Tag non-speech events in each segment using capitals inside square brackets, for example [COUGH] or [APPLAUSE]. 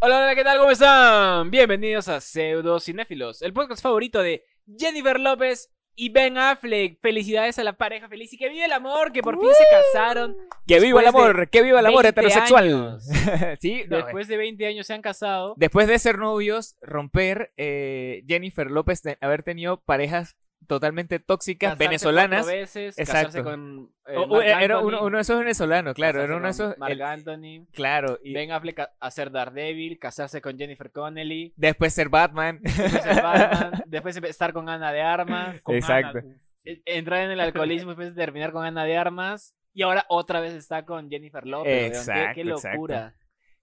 Hola, hola, ¿qué tal? ¿Cómo están? Bienvenidos a Pseudo Cinéfilos, el podcast favorito de Jennifer López y Ben Affleck. Felicidades a la pareja feliz y que vive el amor, que por fin se casaron. Que viva el Después de amor, que viva el amor 20 heterosexual. años. [LAUGHS] sí, no, eh. Después de 20 años se han casado. Después de ser novios, romper, eh, Jennifer López te- haber tenido parejas totalmente tóxicas casarse venezolanas. cuatro veces, Exacto. casarse con eh, O- o- Marc era Anthony, uno, uno de esos venezolanos, claro, casarse era uno de con esos. Marc el- Anthony, claro, y Ben Affleck a- hacer Daredevil, casarse con Jennifer Connelly, después ser Batman. después ser Batman, después estar con Ana de Armas, con Exacto. Ana. e- entrar en el alcoholismo después de terminar con Ana de Armas y ahora otra vez está con Jennifer López. weón. Qué- qué, Exacto, exacto. locura.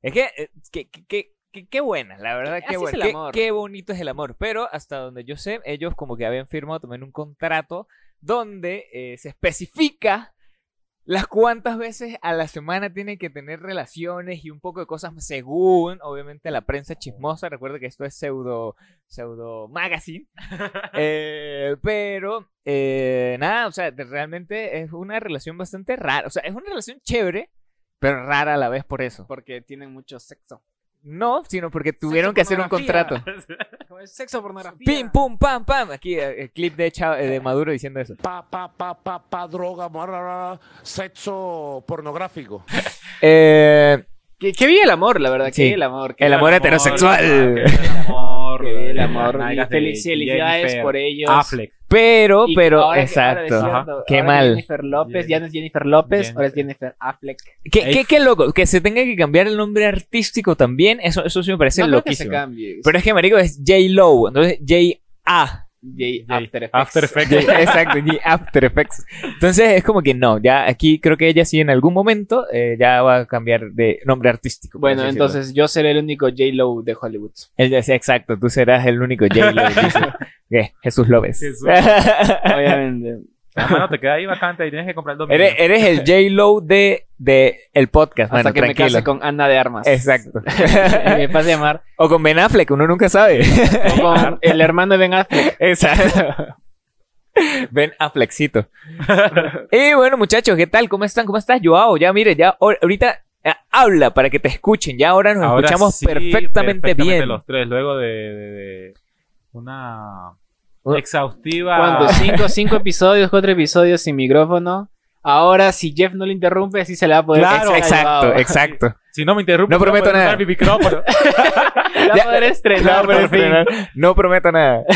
Es que, eh, que, que, que- que- qué buena, la verdad, Así qué es buena. el Qué, amor. qué bonito es el amor. Pero hasta donde yo sé, ellos como que habían firmado también un contrato donde eh, se especifica las cuantas veces a la semana tienen que tener relaciones y un poco de cosas según, obviamente, la prensa chismosa. Recuerda que esto es pseudo, [LAUGHS] pseudo magazine. Eh, pero, eh, nada, o sea, de- realmente es una relación bastante rara. O sea, es una relación chévere, pero rara a la vez por eso. Porque tienen mucho sexo. No, sino porque tuvieron que hacer un [LAUGHS] contrato. pornografía. Como es Sexo pornografía. Pim, pum, pam, pam. Aquí eh, el clip de, Chava- eh, de Maduro diciendo eso. pa, pa, pa, pa, pa, droga, ma, ra, ra, sexo pornográfico. Eh, Que, que viva el amor, la verdad. Que Sí. viva el amor. Que El viva amor heterosexual. ah, que El amor. Que viva el las amor. Y nalgas de felici- felicidades Jennifer por ellos. Affleck. pero, Y pero, ahora que- ahora exacto. decía, Ajá. no, Qué ahora mal. Jennifer López, ya no es Jennifer López, ahora es Jennifer Affleck. ¿Qué, qué, qué loco, que se tenga que cambiar el nombre artístico también. Eso, eso sí me parece no creo que se loquísimo. cambie. pero es que, marico, es J-Lo. Entonces, J-A. J- J- After Effects. After Effects. [LAUGHS] Exacto, J After Effects. Entonces, es como que no. Ya aquí creo que ella sí en algún momento eh, ya va a cambiar de nombre artístico. por Bueno, así decirlo. entonces yo seré el único J-Lo de Hollywood. Él decía, exacto, tú serás el único J-Lo. [LAUGHS] dice. ¿Qué? Jesús López. Jesús. Obviamente. La mano Ah, te queda ahí vacante y tienes que comprar el [LAUGHS] dominio. eres, eres el J-Lo de, de el podcast, [LAUGHS] Hasta mano, que me tranquilo. case con Ana de Armas. Exacto. [LAUGHS] me pase a llamar. o con Ben Affleck, uno nunca [LAUGHS] sabe. O [LAUGHS] con el hermano de Ben Affleck. Exacto. Ben [LAUGHS] Affleckcito. y bueno, muchachos, ¿qué tal? ¿Cómo están? ¿Cómo estás, Joao? Ya, mire, ya ahor- ahorita eh, habla para que te escuchen. Ya ahora nos Ahora escuchamos sí, perfectamente, bien. Los tres, luego de, de- de una Uh, exhaustiva. ¿Cuánto? Cinco, cinco episodios, cuatro episodios sin micrófono. Ahora, si Jeff no le interrumpe, sí se le va a poder Claro. Ay, exacto, wow. exacto. Si no me interrumpo, No prometo nada. [LAUGHS] Mi micrófono. Le va a poder estrenar. No, pero por fin. estrenar. No prometo nada. [LAUGHS]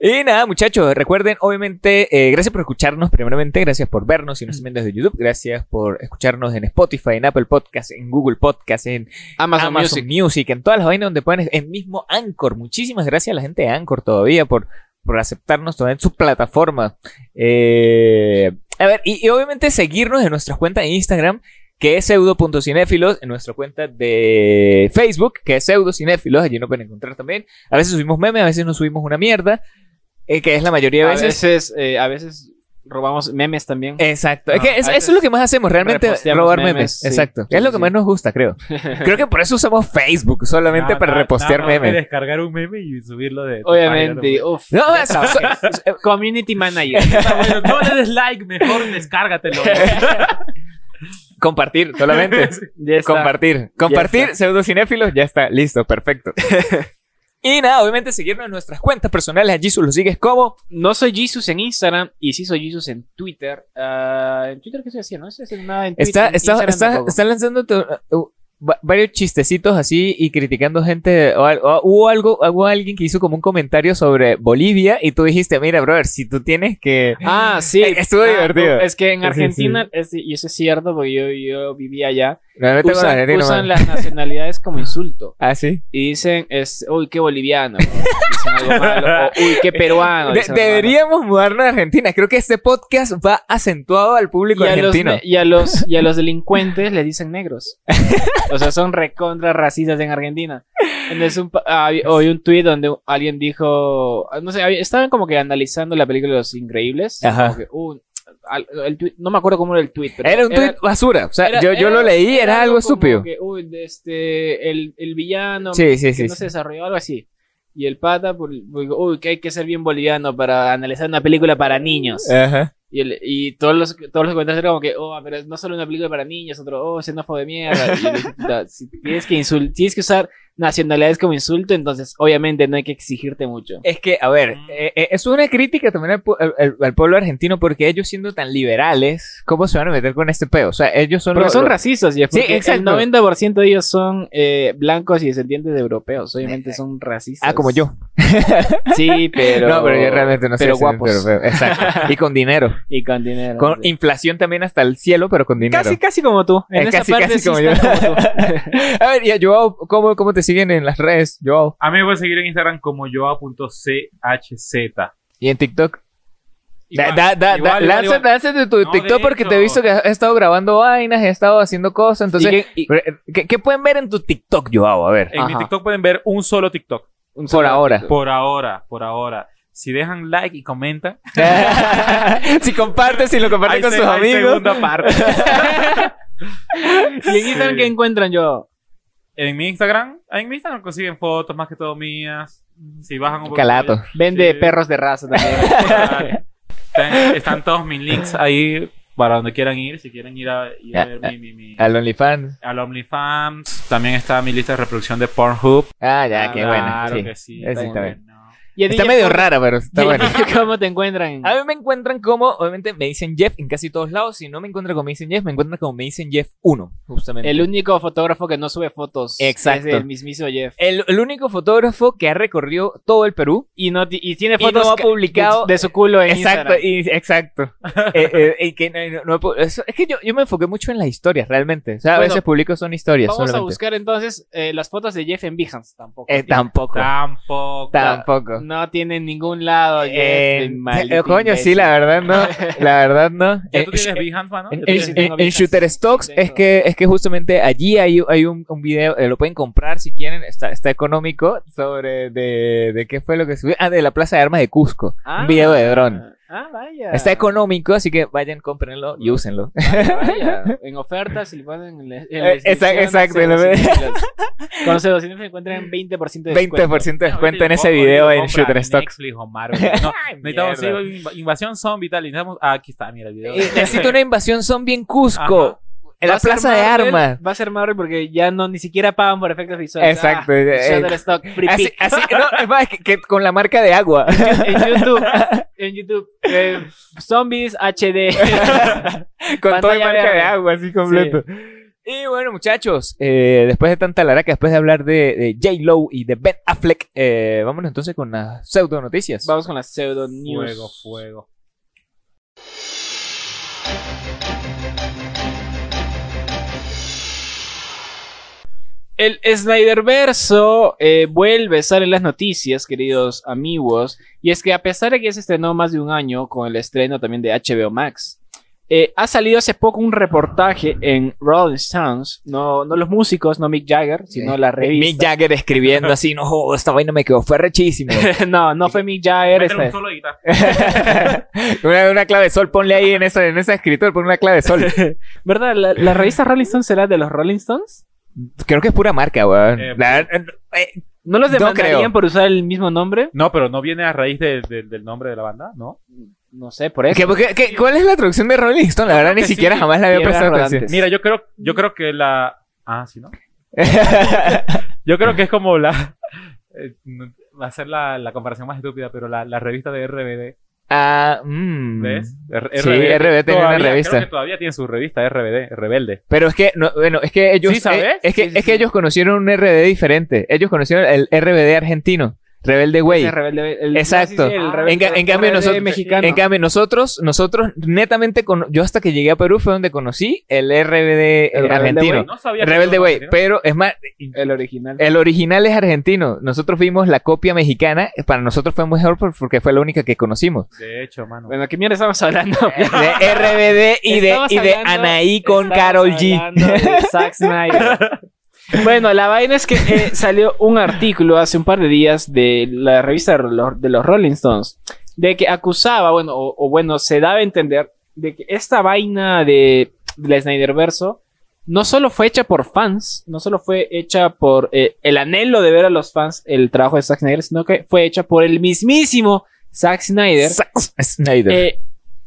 Y nada, muchachos, recuerden, obviamente, eh, gracias por escucharnos, primeramente, gracias por vernos, si nos ven desde YouTube, gracias por escucharnos en Spotify, en Apple Podcast, en Google Podcast, en Amazon, Amazon, Music. en todas las vainas donde pueden, en mismo Anchor. Muchísimas gracias a la gente de Anchor todavía por, por aceptarnos todavía en su plataforma. Eh, a ver, y, y obviamente seguirnos en nuestra cuenta de Instagram, que es pseudo.cinéfilos, en nuestra cuenta de Facebook, que es pseudocinéfilos, allí nos pueden encontrar también. A veces subimos memes, a veces nos subimos una mierda, eh, que es la mayoría A de veces, veces. eh, a veces robamos memes también. Exacto, es Ah, que es- a eso veces es lo que más hacemos, realmente reposteamos robar memes. memes, sí. Exacto, Sí, es lo sí, que sí. más nos gusta, creo. [LAUGHS] Creo que por eso usamos Facebook, solamente Nada- para nada- repostear nada más que memes. Descargar un meme y subirlo de. tu Obviamente. Uf. eh, No, es- so- Community manager. página. Bueno, no le des like, mejor descárgatelo. [LAUGHS] compartir, [LAUGHS] solamente. Ya está. compartir. Compartir, pseudo cinéfilos, ya está, [LAUGHS] listo, perfecto. y nada, obviamente seguirnos en nuestras cuentas personales. Allí su lo sigues como. No soy Jesus en Instagram y sí soy Jesus en Twitter. Ah, ¿En Twitter qué se hacía? No sé hacer nada en Twitter. Está, en está, Instagram está, tampoco. está lanzando tu- uh, va- varios chistecitos así y criticando gente. o al- o- hubo algo, hubo alguien que hizo como un comentario sobre Bolivia y tú dijiste, mira, brother, si tú tienes que. Ah, sí. Eh, [LAUGHS] Estuvo Ah, divertido. Es que en Sí, sí, Argentina, es- y eso es cierto, porque yo, yo vivía allá, No, no tengo usan, la nariz, usan nomás. las nacionalidades como insulto. Ah, sí. Y dicen, es, uy, qué boliviano. Dicen algo [LAUGHS] malo. O, uy, qué peruano. Eh, De- dicen algo deberíamos mudarnos a Argentina. Creo que este podcast va acentuado al público malo. Y a, los, argentino. ne- y, a los, y a los delincuentes les dicen negros. O sea, son recontra racistas en Argentina. Entonces, un, pa- ah, hoy un tuit donde alguien dijo, no sé, había- estaban como que analizando la película de Los Increíbles. Ajá. Como que, "Uh, al- el tuit- no me acuerdo cómo era el tuit. pero Era un tuit basura. O sea, era- yo, yo era- lo leí, era, algo como estúpido. que, uy, de este, el, el villano Sí, sí, que sí. no sí. se desarrolló, algo así. pues, Y el pata, por, por- uy, que hay que ser bien boliviano para analizar una película para niños. Ajá. Y, el- y todos los todos los comentarios eran como que, oh, pero es no solo una película para niños, otro, oh, xenófobo de mierda. Y yo [LAUGHS] dije, "Puta, si tienes que insul- tienes que usar nacionalidades como insulto, entonces obviamente no hay que exigirte mucho. Es que, a ver, eh, eh, es una crítica también al, pu- al- al- al pueblo argentino porque ellos siendo tan liberales, ¿cómo se van a meter con este peo? O sea, ellos son Porque los- son los- racistas, y es Sí, porque el exacto. 90% de ellos son eh, blancos y descendientes de europeos, obviamente son racistas. Ah, como yo. Sí, pero... [LAUGHS] no, pero yo realmente no soy Pero descendiente guapos. europeo. [LAUGHS] Exacto. Y con dinero. Y con dinero. Con sí. inflación también hasta el cielo, pero con dinero. Casi, casi como tú. En Eh, esa casi, parte casi sí como están yo. como tú. [LAUGHS] A ver, y a Joao, ¿cómo, ¿cómo te siguen en las redes, Joao? A mí me pueden seguir en Instagram como joa.chz. Y en TikTok. Da- Igual, da- da- igual, da- igual, lanza- igual. lánzate tu No, de TikTok porque te he hecho. visto que has estado grabando vainas, has estado haciendo cosas. Y Entonces, eh, que- y- ¿qué, qué pueden ver en tu TikTok, Joao? A ver. En mi Ajá. TikTok pueden ver un solo TikTok. Por ahora. Por ahora, por ahora. Si dejan like y comentan, Eh. [LAUGHS] si compartes, si lo compartes hay con se- sus hay amigos. segunda parte. ¿Y en Instagram Sí. qué encuentran yo? En mi Instagram, ah, en mi Instagram consiguen fotos más que todo mías. Si bajan un poco. Calato. Vende Sí. perros de raza también. Están, están todos mis links ahí para donde quieran ir. Si quieren ir a, ir a ver mi, mi, mi- Al OnlyFans. al OnlyFans. También está mi lista de reproducción de Pornhub. Ah, ya, qué Claro bueno. que sí. sí. Ese está cómo bien. no. Y a ti, Está Jeff, medio ¿cómo- rara, pero y [LAUGHS] está a bueno. ti, ¿Cómo te encuentran? [LAUGHS] A mí me encuentran como, obviamente me dicen Jeff en casi todos lados. Si no me encuentran como me dicen Jeff, me encuentran como me dicen Jeff 1, justamente. El único fotógrafo que no sube fotos Exacto. es el mismísimo Jeff. El- el único fotógrafo que ha recorrido todo el Perú. Y, no, ti- y tiene Y no fotos ha ca- publicado- de, de su culo en Exacto, Instagram. y, exacto. [LAUGHS] Eh, eh, y que no- no- no- eso- es que yo, yo me enfoqué mucho en las historias, realmente. O sea, a Bueno, veces publico son historias Vamos a solamente. buscar entonces eh, las fotos de Jeff en Behance. Tampoco. Eh, tampoco, Ah, Tampoco. tampoco. No tiene en ningún lado. Jeff, Eh, de maldito eh, coño, sí, imbécil. la verdad no. La verdad no. ¿Ya Eh, tú tienes eh, Behance, mano? En, ¿Ya tú tienes en- tienes- en Shooter Stocks Sí, es tengo. que, es que justamente allí hay, hay un, un video, eh, lo pueden comprar si quieren, está, está económico, sobre de, de qué fue lo que subió. Ah, de la Plaza de Armas de Cusco, Ah, un video de dron. Ah, vaya. Está económico, así que vayan, cómprenlo y úsenlo. Vaya, vaya. En ofertas, si le ponen en la, en la Eh, exacto, descripción, exacto, se- [LAUGHS] se- los- Con pseudociencias se encuentran 20% de [LAUGHS] descuento. 20% de No, ahorita descuento en yo ese compro, video ahorita en compro a Shooter Stocks. Netflix o Marvel. [LAUGHS] No, necesitamos Mierda. sí, inv- invasión zombie tal. Y necesitamos. Ah, aquí está, mira el video. Eh, Necesito una invasión zombie en Cusco, en Va la a ser Plaza de Marvel, Armas. Va a ser Marvel porque ya no ni siquiera pagan por efectos visuales. Exacto, Ah, eh, Shutterstock, free Así, pick. así, no, es más, que, que con la marca de agua. [LAUGHS] [LAUGHS] En YouTube, en YouTube, eh, zombies HD. [LAUGHS] con toda Pantalla marca de verde. agua, así completo. Y bueno, muchachos, eh, después de tanta laraca, después de hablar de, de J. Lowe y de Ben Affleck, eh, vámonos entonces con las pseudo noticias. Vamos con las pseudo news. Fuego, fuego. El Snyderverso eh, vuelve a estar en las noticias, queridos amigos. Y es que a pesar de que ya se estrenó más de un año con el estreno también de HBO Max, eh, ha salido hace poco un reportaje en Rolling Stones, no, no los músicos, no Mick Jagger, sino la Eh, Mick revista. Jagger escribiendo así, no, jodas, esta vaina me quedó, fue [LAUGHS] rechísimo. no, no fue Mick Jagger. este. Métele un esta- solo de guitarra. una, una clave sol, ponle ahí en esa, en esa escritor, pon una clave [LAUGHS] sol. ¿Verdad? ¿La, la revista Rolling Stones será de los Rolling Stones? Creo que es pura marca, weón. Eh, La- eh, eh, ¿No los No demandarían creo. por usar el mismo nombre? No, pero no viene a raíz del- del- del nombre de la banda, ¿no? No sé, por eso. ¿qué- qué- qué- cuál es la traducción de Rolling Stone? La verdad, ni que sí. siquiera jamás la había Piedras prestado rodantes. atención. Mira, yo creo, yo creo que la. Ah, sí, ¿no? Yo creo que es como la. [LAUGHS] eh, no- Va a ser la, la comparación más estúpida, pero la, la revista de RBD, [LAUGHS] Ah, mm. ¿ves? R- Sí, RBD tenía una todavía- revista. Creo que todavía tiene su revista RBD, Rebelde. Pero es que, no, bueno, es que ellos. ¿Sí sabes? eh, Es, que, Sí, sí, es que sí. ellos conocieron un RBD diferente. Ellos conocieron el RBD argentino. Rebelde Güey. Ese rebelde- el- Exacto. no, sí, sí, el Ah, rebelde- en ca- en cambio rebelde nosotros- mexicano. En cambio, nosotros, nosotros, netamente, con, yo hasta que llegué a Perú fue donde conocí el RBD El Rebelde eh, argentino. Güey. No sabía que Rebelde era Güey. argentino. Pero es más, el original. el original es argentino. Nosotros vimos la copia mexicana. Para nosotros fue mejor por- porque fue la única que conocimos. De hecho, mano. Bueno, ¿qué mierda estamos hablando? [LAUGHS] [LAUGHS] De RBD y de, Estamos y de hablando- Anaí con Estamos Carol G. hablando [LAUGHS] de Zack Snyder. Bueno, la vaina es que eh, salió un artículo hace un par de días de la revista de los, de los Rolling Stones de que acusaba, bueno, o, o bueno, se daba a entender de que esta vaina de, del Snyderverso no solo fue hecha por fans, no solo fue hecha por eh, el anhelo de ver a los fans el trabajo de Zack Snyder, sino que fue hecha por el mismísimo Zack Snyder. Zack Snyder. Eh,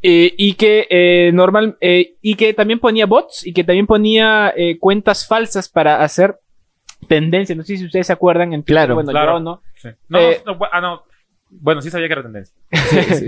Eh, y que eh, normal eh, y que también ponía bots y que también ponía eh, cuentas falsas para hacer tendencia. No sé si ustedes se acuerdan en Twitter, Claro, bueno, claro. yo no. Sí. No, Eh, no, no, ah, no. Bueno, sí sabía que era tendencia.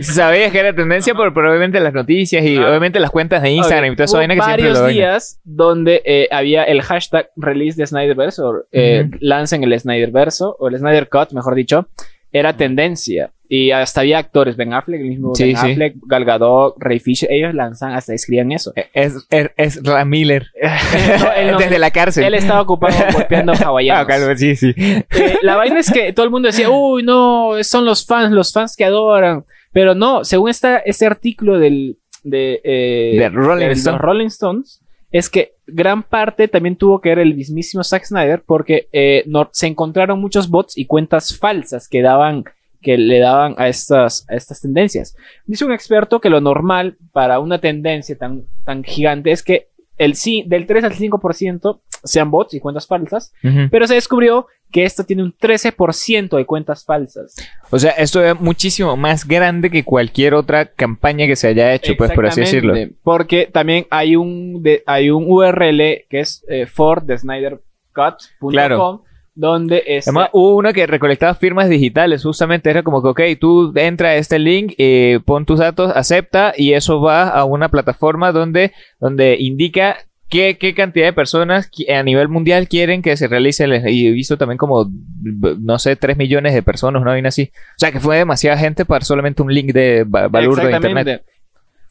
Sabías que era tendencia por probablemente las noticias y Ah. obviamente las cuentas de Instagram y toda esa Hubo vaina que siempre varios lo ven. días donde eh, había el hashtag release de Snyderverse o eh, Ujú. lancen el Snyderverse o el Snyder Cut, mejor dicho, era tendencia. Y hasta había actores, Ben Affleck, el mismo Sí, Ben sí. Affleck, Gal Gadot, Ray Fisher, ellos lanzan, hasta escribían eso. Es, es, es Ram Miller. [LAUGHS] No, él no. [LAUGHS] Desde la cárcel. Él estaba [LAUGHS] ocupado golpeando Ah, hawaianos. claro, sí, sí. [LAUGHS] Eh, la vaina es que todo el mundo decía, uy, no, son los fans, los fans que adoran. Pero no, según esta, este artículo del, de, eh, De Rolling de los Stone. Rolling Stones, es que gran parte también tuvo que ver el mismísimo Zack Snyder porque eh, no- se encontraron muchos bots y cuentas falsas que daban que le daban a estas, a estas tendencias. Dice un experto que lo normal para una tendencia tan, tan gigante es que el, ci- del 3 al 5% sean bots y cuentas falsas Ujú. pero se descubrió que esto tiene un 13% de cuentas falsas. O sea, esto es muchísimo más grande que cualquier otra campaña que se haya hecho, pues, por así decirlo. Exactamente, Porque también hay un, de- hay un URL que es eh, for the Snyder Cut punto Claro. com, donde es... eh, Además, hubo una que recolectaba firmas digitales, justamente era como que, ok, tú entra a este link, eh, pon tus datos, acepta, y eso va a una plataforma donde, donde indica qué, qué cantidad de personas qui- a nivel mundial quieren que se realice. el- Y he visto también como, b- no sé, 3 millones de personas, una vaina así. O sea, que fue demasiada gente para solamente un link de va- valor de internet. Exactamente.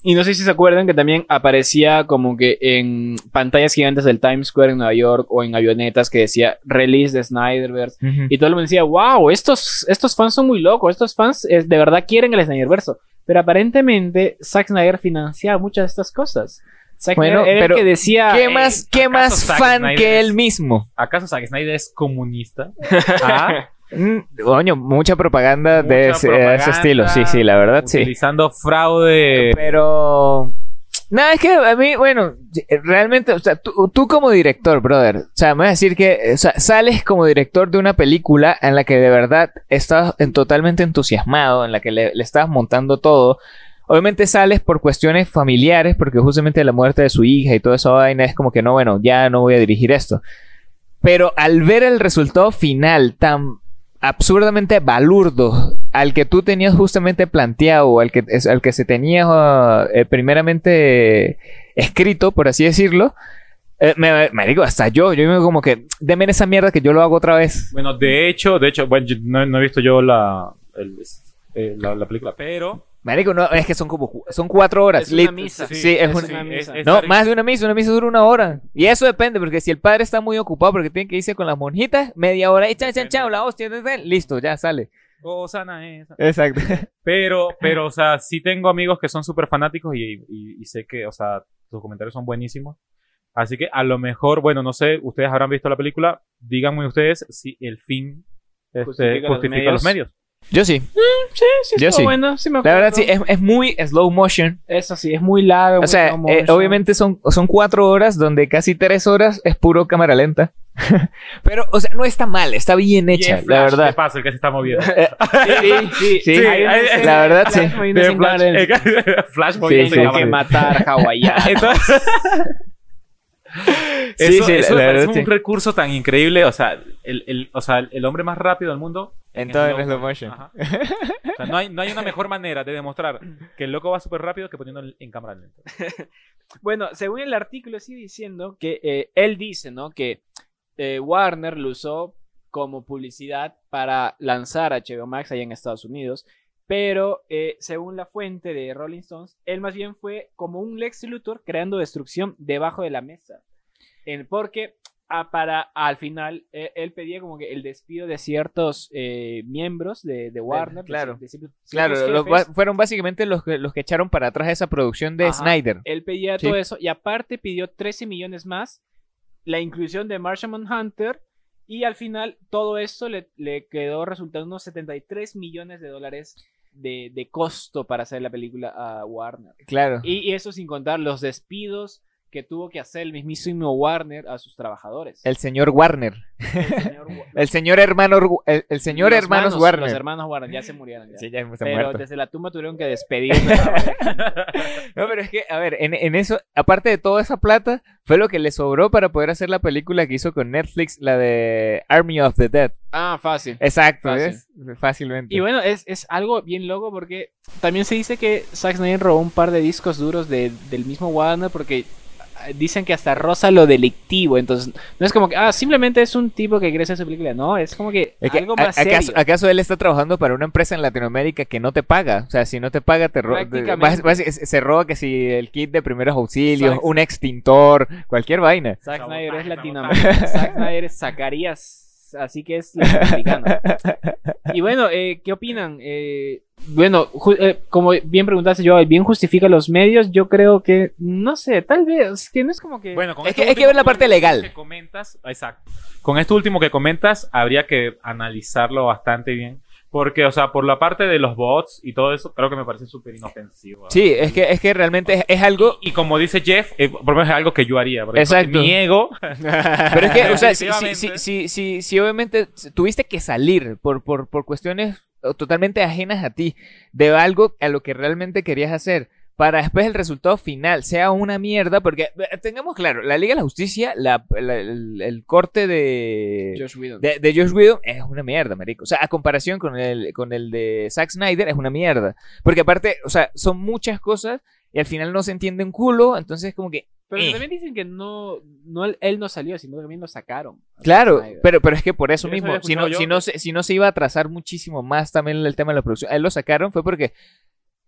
Y no sé si se acuerdan que también aparecía como que en pantallas gigantes del Times Square en Nueva York o en avionetas que decía release de Snyderverse. Ujú. Y todo el mundo decía, wow, estos, estos fans son muy locos, estos fans eh, de verdad quieren el Snyderverso. Pero aparentemente Zack Snyder financiaba muchas de estas cosas. Zack Bueno, Snyder era pero el que decía... ¿Qué eh, más, qué ¿acaso más Zack fan Snyder que es- él mismo? ¿Acaso Zack Snyder es comunista? Ah, [LAUGHS] Mm, Coño, mucha propaganda de mucha ese, ese propaganda, estilo. Sí, sí, la verdad, sí. Utilizando fraude. Pero. Nada, es que a mí, bueno, realmente, o sea, tú, tú como director, brother, o sea, me vas a decir que o sea, sales como director de una película en la que de verdad estás en- totalmente entusiasmado, en la que le, le estás montando todo. Obviamente sales por cuestiones familiares, porque justamente la muerte de su hija y toda esa vaina es como que no, bueno, ya no voy a dirigir esto. Pero al ver el resultado final tan absurdamente balurdo al que tú tenías justamente planteado, o al que, es- al que se tenía ah, eh, primeramente eh, escrito, por así decirlo. eh, me, me digo, hasta yo, yo digo como que, denme esa mierda que yo lo hago otra vez. Bueno, de hecho, de hecho, bueno, yo no, no he visto yo la, el- eh, la, la película, pero... Marico, no, es que son como, cu- son cuatro horas. Es una Lit- misa. Sí, es es una- una misa. No, más de una misa, una misa dura una hora. Y eso depende, porque si el padre está muy ocupado porque tiene que irse con las monjitas, media hora y chan, chan, chan, la hostia, tan, tan, listo, ya sale. Osana eh, esa. Exacto. Pero, pero, o sea, sí tengo amigos que son súper fanáticos y, y- y sé que, o sea, sus comentarios son buenísimos. Así que a lo mejor, bueno, no sé, ustedes habrán visto la película, díganme ustedes si el fin este, Justifica justifica, los medios. los medios. Yo sí. Sí, sí, Yo estuvo sí. bueno, sí me La acuerdo. verdad sí, es, es muy slow motion. Eso sí, es muy largo. O sea, muy eh, famoso. obviamente son, son cuatro horas donde casi tres horas es puro cámara lenta. [LAUGHS] Pero, o sea, no está mal, está bien Y hecha, es la Flash, verdad. ¿Qué pasa? El que se [LAUGHS] está moviendo. Sí, sí, Sí, hay una hay- escena la de verdad, Flash sí. moviéndose De en Flash, cámara lenta. eh, [LAUGHS] Flash moviéndose sí, en Tengo que cámara. matar hawaiano. Entonces, [LAUGHS] eso, sí, eso la me parece verdad, un sí. recurso tan increíble. O sea, el, el- o sea, el hombre más rápido del mundo. En todo en slow slow motion. Ajá. [LAUGHS] O sea, no, hay, no hay [LAUGHS] una mejor manera de demostrar que el loco va súper rápido que poniéndolo en cámara lenta. Bueno, según el artículo sigue diciendo que eh, él dice, ¿no? Que eh, Warner lo usó como publicidad para lanzar a HBO Max allá en Estados Unidos, pero eh, según la fuente de Rolling Stones, él más bien fue como un Lex Luthor creando destrucción debajo de la mesa. En- porque ah, para, al final eh, él pedía como que el despido de ciertos eh, miembros de, de Warner. de- claro. de ciertos- Claro, ciertos los jefes. ba- fueron básicamente los que, los que echaron para atrás esa producción de Ajá. Snyder. Él pedía Sí. todo eso y aparte pidió 13 millones más, la inclusión de Martian Hunter y al final todo esto le, le quedó resultando unos 73 millones de dólares de, de costo para hacer la película a Warner. Claro. Y, y eso sin contar los despidos que tuvo que hacer el mismísimo Warner a sus trabajadores. El señor Warner. señor Wa- El señor hermano. Ru- El, el [LAUGHS] señor los hermanos manos- Warner. Los hermanos Warner, ya se murieron. ya. Sí, ya hemos Pero muerto. desde la tumba tuvieron que [LAUGHS] despedir. a- No, pero es que, a ver, en, en eso, aparte de toda esa plata, fue lo que le sobró para poder hacer la película que hizo con Netflix, la de Army of the Dead. ah, fácil. Exacto, Fácil. ¿ves? Fácilmente. Y bueno, es, es algo bien loco porque también se dice que Zack Snyder robó un par de discos duros de- del mismo Warner porque ah, dicen que hasta rosa lo delictivo. Entonces, no es como que, ah, simplemente es un tipo que crece su película. No, es como que, Es que, algo a- más ¿acaso, serio. acaso él está trabajando para una empresa en Latinoamérica que no te paga? O sea, si no te paga, te roba. Prácticamente. Se roba que si el kit de primeros auxilios, Exacto. un extintor, cualquier vaina. Zack Sabotaje, Snyder es sabotaje. latinoamericano. Zack Snyder es Zacarías, así que es latinoamericano. Y bueno, eh, ¿qué opinan? Eh, bueno, ju- eh, como bien preguntaste yo, ¿bien justifica los medios? Yo creo que, no sé, tal vez, que no es como que... Bueno, con Es esto que hay que último ver la parte legal. que comentas, exacto. Con esto último que comentas, habría que analizarlo bastante bien. Porque, o sea, por la parte de los bots y todo eso, creo que me parece súper inofensivo. Sí, es que, es que realmente es, es algo. Y como dice Jeff, eh, por lo menos es algo que yo haría. porque Exacto. Mi ego Pero es que, o sea, si, si, Definitivamente. si, si, si- si obviamente tuviste que salir por, por, por cuestiones totalmente ajenas a ti, de algo a lo que realmente querías hacer, para después el resultado final sea una mierda, porque eh, tengamos claro, la Liga de la Justicia, la, la- el, el corte de, Josh Whedon. de, de Josh Whedon es una mierda, marico. O sea, a comparación con el, con el de Zack Snyder, es una mierda. Porque aparte, o sea, son muchas cosas y al final no se entiende un culo, entonces como que Pero Eh. también dicen que no, no él, él no salió, sino que también lo sacaron. Claro, Snyder. pero, pero es que por eso Yo eso mismo, había si no, escuchado si, yo. no se, si no se iba a atrasar muchísimo más también el tema de la producción, a él lo sacaron fue porque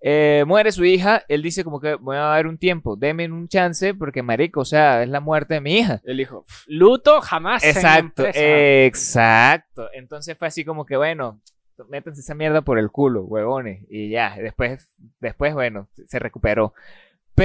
eh, muere su hija, él dice como que voy a dar un tiempo, denme un chance porque marico, o sea, es la muerte de mi hija. Él dijo, luto jamás. en mi Exacto, eh. empresa". exacto. Entonces fue así como que bueno, métanse esa mierda por el culo, huevones, y ya, después, después bueno, se recuperó.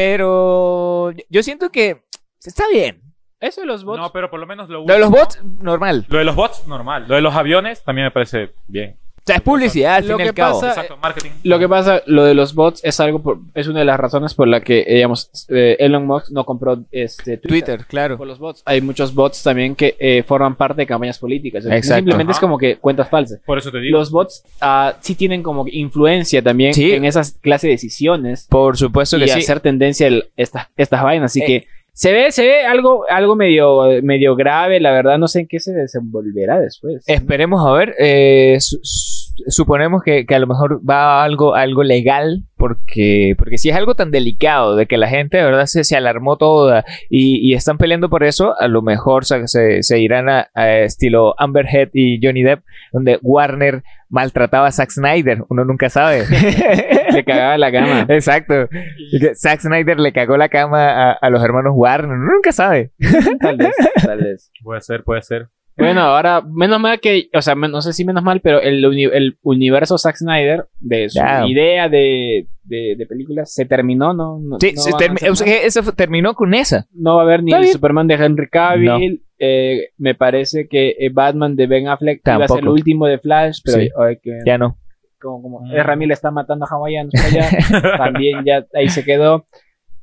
Pero yo- yo siento que está bien. Eso de los bots. No, pero por lo menos lo Lo de los último- bots, normal. Lo de los bots, normal. Lo de los aviones también me parece bien. O sea, es publicidad al Lo fin y al que cabo. pasa- Exacto, marketing. Lo que pasa, lo de los bots es algo, por- es una de las razones por la que, eh, digamos, eh, Elon Musk no compró este Twitter. Twitter, claro. Por los bots. Hay muchos bots también que eh, forman parte de campañas políticas. Entonces, Exacto. Simplemente es Ajá. como que cuentas falsas. Por eso te digo. Los bots ah, sí tienen como que influencia también Sí. en esas clases de decisiones Por supuesto que y sí. hacer tendencia el- estas, estas vainas. Así Eh. que se ve, se ve algo, algo medio, medio grave. La verdad, no sé en qué se desenvolverá después. Esperemos a ver. eh, su- su- suponemos que, que a lo mejor va algo, algo legal, porque, porque si es algo tan delicado de que la gente de verdad se, se alarmó toda y, y están peleando por eso, a lo mejor se, se- se irán a, a estilo Amber Heard y Johnny Depp, donde Warner maltrataba a Zack Snyder. Uno nunca [LAUGHS] sabe. Se cagaba la cama. Exacto. Y que Zack Snyder le cagó la cama a, a los hermanos Warner. Uno nunca sabe. [LAUGHS] Tal vez, tal vez. Puede ser, puede ser. Bueno, ahora, menos mal que, o sea, men- no sé si menos mal, pero el, uni- el universo Zack Snyder, de su Ya. idea de, de, de películas, se terminó, ¿no? No, Sí, no se van a termi- hacer o sea, más. que eso fue- terminó con esa. No va a haber ni Está el bien. Superman de Henry Cavill. eh, me parece que eh, Batman de Ben Affleck iba a ser el Tampoco. último de Flash, pero Sí. ay, que- Ya no. como, como Mm. Ezra Miller está matando a hawaianos por allá, [LAUGHS] también ya ahí se quedó.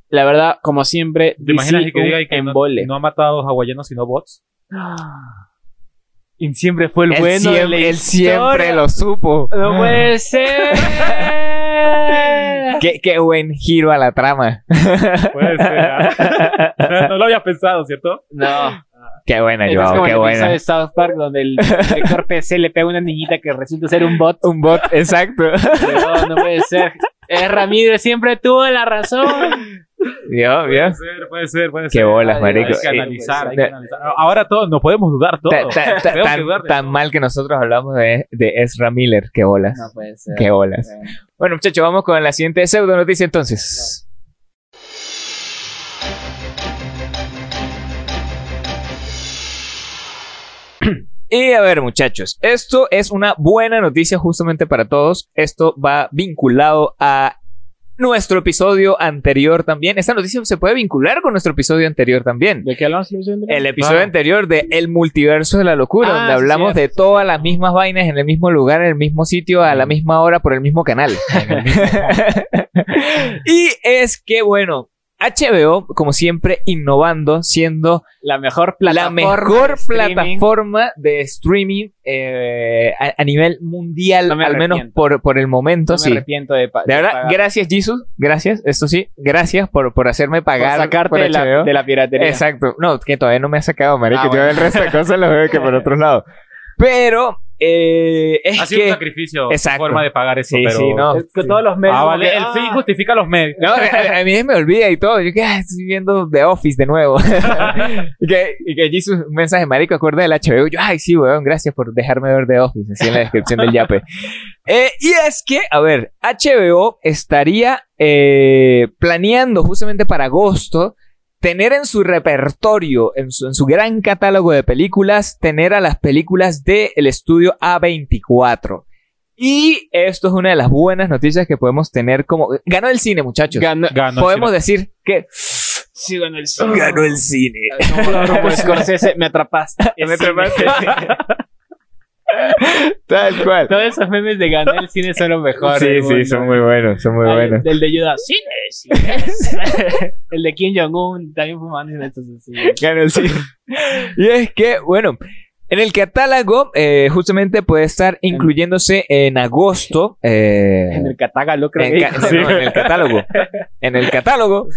La verdad, como siempre, ¿Te imaginas DC que un diga y que no, embole. no ha matado hawaianos [LAUGHS] sino bots? [GASPS] Y siempre fue el Él, bueno de la siempre, él siempre historia. lo supo. Ah. No puede ser. Qué, qué buen giro a la trama. Puede ser. ¿ah? [LAUGHS] no lo había pensado, ¿cierto? [LAUGHS] no. Qué buena, Esto es Joao, como el qué episodio buena. de South Park donde el director PC le pega a una niñita que resulta ser un [LAUGHS] bot. Un bot, exacto. [LAUGHS] No, no puede ser. Eh, Ramírez siempre tuvo la razón. Vio, vio. Puede ser, puede ser, puede Qué ser. bolas, Ay, marico. Hay que Eh, analizar, hay eh, que analizar. Ahora todos, no podemos dudar todo. ta- ta- ta- Tenemos que tan, dudar de tan todo. mal que nosotros hablamos de, de Ezra Miller. Qué bolas. No puede ser. Qué bolas. Bueno, muchachos, vamos con la siguiente pseudo noticia entonces. Y a ver, muchachos, esto es una buena noticia justamente para todos. Esto va vinculado a nuestro episodio anterior también. Esta noticia se puede vincular con nuestro episodio anterior también. ¿De qué hablamos? Luis Andrés? El episodio Claro. anterior de El Multiverso de la Locura, Ah, donde sí, hablamos cierto, de todas las mismas vainas en el mismo lugar, en el mismo sitio, a la [LAUGHS] misma hora, por el mismo canal. y es que, bueno, HBO, como siempre, innovando, siendo La mejor la plataforma. de mejor streaming. plataforma de streaming eh, a, a nivel mundial, No me al menos arrepiento. por, por el momento. No sí. me arrepiento de, pa- De verdad, pagar- gracias, Jesus. Gracias, esto sí. Gracias por, por hacerme por pagar. sacarte por de la, HBO. de la piratería. Exacto. No, que todavía no me ha sacado, marico. Ah, Yo bueno. el resto de cosas lo veo que por otros lados. Pero, eh, es Ha sido un que... sacrificio Exacto. forma de pagar eso, Sí, pero... sí, no. Es que todos los medios. Ah, como vale, que, el ah, fin justifica los medios. No, a, a mí me olvida y todo. Yo que ah, estoy viendo The Office de nuevo. [LAUGHS] y, que, y que Jesus, un mensaje, marico, acuerda del HBO. Yo, ay, sí, weón, gracias por dejarme ver The Office. Así en la descripción del yape. [LAUGHS] Eh, y es que, a ver, HBO estaría eh, planeando justamente para agosto tener en su repertorio, en su, en su gran catálogo de películas, tener a las películas del estudio A24. Y esto es una de las buenas noticias que podemos tener como... Ganó el cine, muchachos. Ganó, Ganó el podemos decir que sí, ganó el cine. ganó el [LAUGHS] cine. Como- como pues, Scorsese, me atrapaste. [LAUGHS] Me Sí, atrapaste. me- Tal cual. [LAUGHS] Todos esos memes de ganar el cine son los mejores. sí, del sí, mundo. son muy buenos, son muy Ah, buenos. El de Yoda, cine, cine. el de Kim Jong-un también fumando en estos [LAUGHS] Ganó el [LAUGHS] cine. Y es que, bueno, en el catálogo eh, justamente puede estar incluyéndose en agosto. eh, En el catálogo, creo en, que. ca- dijo. no, en el catálogo. En el catálogo.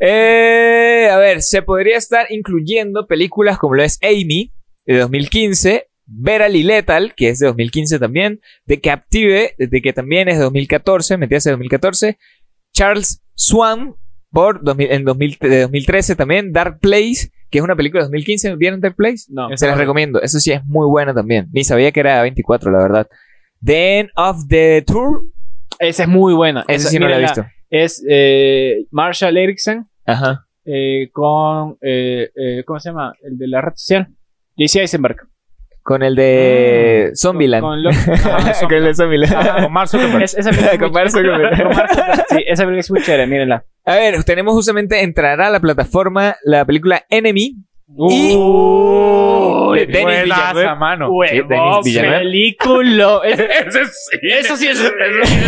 Eh, a ver, se podría estar incluyendo películas como lo es Amy, de 2015, Verily Lethal, que es de 2015 también, The Captive, de que también es de 2014, metidas de 2014, Charles Swan, por 2000 en 2000 de 2013 también, Dark Place, que es una película de 2015, ¿vieron Dark Place? No. Se las recomiendo, eso sí es muy buena también, ni sabía que era 24, la verdad. The End of the Tour, Esa es muy buena. esa Esa- sí no la he mírenla. visto. Es eh, Marshall Erickson Ajá. eh, con. eh, eh, ¿Cómo se llama? El de la red social. JC Eisenberg. Con el de Zombieland. Con, con Con, lo- Ah, [LAUGHS] Zombieland. el de Zombieland. Con Mark Zuckerberg. Es- esa película es muy Con Mark chévere. Zuckerberg. Con Mark Zuckerberg. Sí, esa película es muy chévere, mírenla. A ver, tenemos justamente, entrará a la plataforma la película Enemy. [LAUGHS] Y- Uy, de Denis Buenaza, Villanueva. mano. huevón, Denis Villanueva. [LAUGHS] película. Es- Ese sí. Eso sí es. [LAUGHS]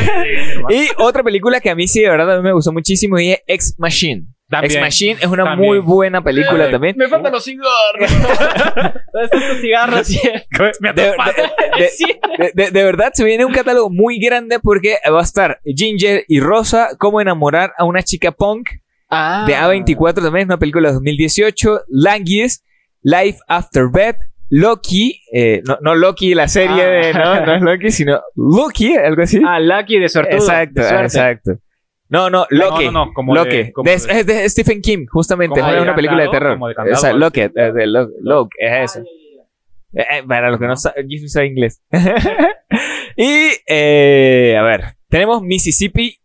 Y otra película que a mí sí, de verdad, a mí me gustó muchísimo y es Ex Machine. Ex También. Machine es una También. muy buena película Ay, también. Me faltan los cigarros. [LAUGHS] Todos estos cigarros. sí. [LAUGHS] Me De, atrapaste. de- de- de- de- de verdad, se viene un catálogo muy grande porque va a estar Ginger y Rosa, Cómo enamorar a una chica punk, Ah. de A24 también, es una película de 2018, Languis, Life After Bed, Loki, eh, no, no Loki la serie Ah. de, no, no es Loki, sino Loki, algo así. Ah, Lucky de sortudo. exacto, de suerte. exacto. No, no, No, Loki. No, no, como Loki. de- como De- de- es de Stephen King, justamente. Es Como una de película de Candado, terror. como de Candado, o sea, algo Loki, eh, de Lo- Loki, es eso. Eh, eh, para los que no saben, yo sí soy inglés. [LAUGHS] y, eh, a ver, tenemos Mississippi,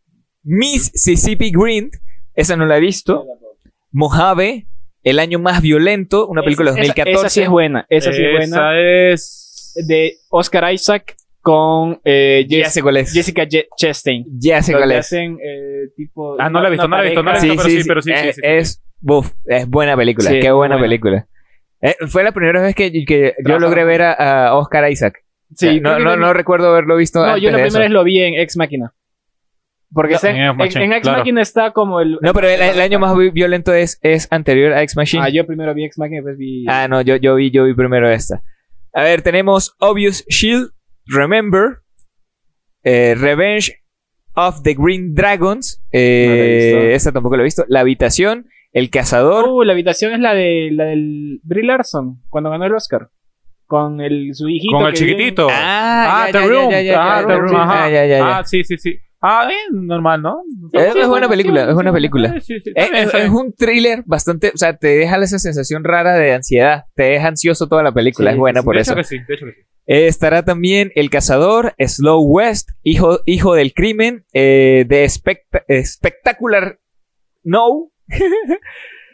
Mississippi Green, esa no la he visto. Mojave, El año más violento, una película de Esa- esa- 2014. Esa sí es buena. Esa sí es buena. Esa es... De Oscar Isaac con eh, ya Jess- sé cuál es. Jessica Je- Chastain. Ya sé cuál Donde es. hacen eh, tipo. Ah, no la he visto, no la he visto, no la he pareja. visto. pero sí, pero sí, es, sí, sí, sí. Eh, es- buf, es buena película, Sí, qué muy buena buena. película. Eh, fue la primera vez que, que yo Trabajaron. logré ver a, a Oscar Isaac. Eh, Sí, creo no, que no, también- no recuerdo haberlo visto No, antes yo la de primera eso. vez lo vi en Ex Máquina. Porque está en, en Ex Machine, en- en Ex claro. Máquina está como el. No, pero el, el año más vi- violento es, es anterior a X Machine. Ah, yo primero vi Ex Máquina y después vi. Ah, no, yo, yo vi, yo vi primero esta. A ver, tenemos Obvious Shield, Remember, eh, Revenge of the Green Dragons. No la he Eh, visto. esta tampoco la he visto. La habitación, El cazador. Uh, la habitación es la de la del Brie Larson cuando ganó el Oscar con el su hijito Con el que vive en- chiquitito. Ah, Ah, The Room. Ah, The Room. ajá. Ah, ya, ya, ya. Ah, sí, sí, sí. Ah, eh, normal, ¿no? Es, es buena película, es buena película. Eh, Sí, sí, sí, Es, está bien, es- está es bien. un thriller bastante, o sea, te deja esa sensación rara de ansiedad, te deja ansioso toda la película, Sí, es sí, buena sí. por de eso. Hecho que sí, de hecho que sí. Eh, estará también El Cazador, Slow West, Hijo, hijo del Crimen, eh, de Espect- Spectacular No.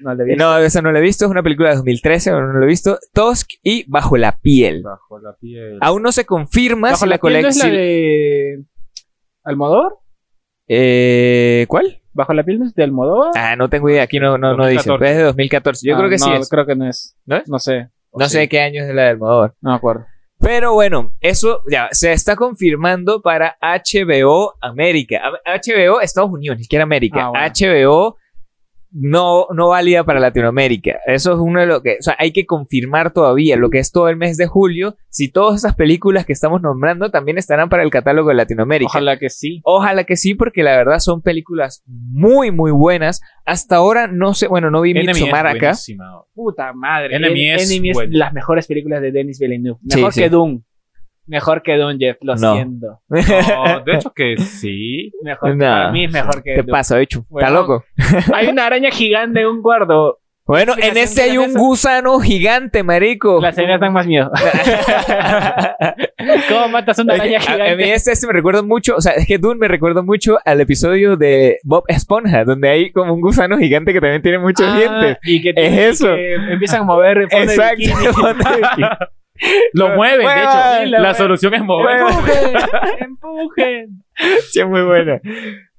No, la vi. No, esa no la he visto, es una película de 2013, no la he visto. Tusk y Bajo la Piel. Bajo la piel. Aún no se confirma Bajo si la la piel no es la colección. de Almodóvar Eh, ¿Cuál? bajo la piel no es de Almodóvar Ah, no tengo idea, aquí no, no, no dice. 2014. Es de 2014, yo Ah, creo que no, sí es. creo que no es ¿No es? sé No sé de qué año es la del Almodóvar. no me acuerdo Pero bueno, eso ya se está confirmando para HBO América. A- HBO Estados Unidos, ni siquiera América. Ah, bueno. HBO no, no válida para Latinoamérica. Eso es uno de lo que, o sea, hay que confirmar todavía lo que es todo el mes de julio, si todas esas películas que estamos nombrando también estarán para el catálogo de Latinoamérica. Ojalá que sí. Ojalá que sí, porque la verdad son películas muy, muy buenas. Hasta ahora no sé, bueno, no vi Enemy es Midsommar acá. buenísima. Puta madre. Enemy En- es Enemy es bueno. las mejores películas de Denis Villeneuve. Sí, Mejor sí. que Doom. Mejor que Doom, Jeff. Lo No. siento. [LAUGHS] No, de hecho que sí. Mejor, No. Para mí es mejor que ¿Qué Doom. pasa, bicho? Bueno. Está loco. Hay una araña gigante en un cuarto. Bueno, ¿Qué en canción este hay tienes un esa? gusano gigante, marico. Las arañas dan más [LAUGHS] miedo. ¿Cómo matas a una Oye, araña a, a mí gigante? este, este me recuerda mucho, o sea, es que Dune me recuerda mucho al episodio de Bob Esponja, donde hay como un gusano gigante que también tiene muchos Ah, dientes. Y que, Es y eso. que empiezan a mover. en forma de bikini. Exacto. [LAUGHS] Lo mueven, de Muevan, hecho. lo La mueven. solución es mover. Empujen, empujen. Sí, muy buena.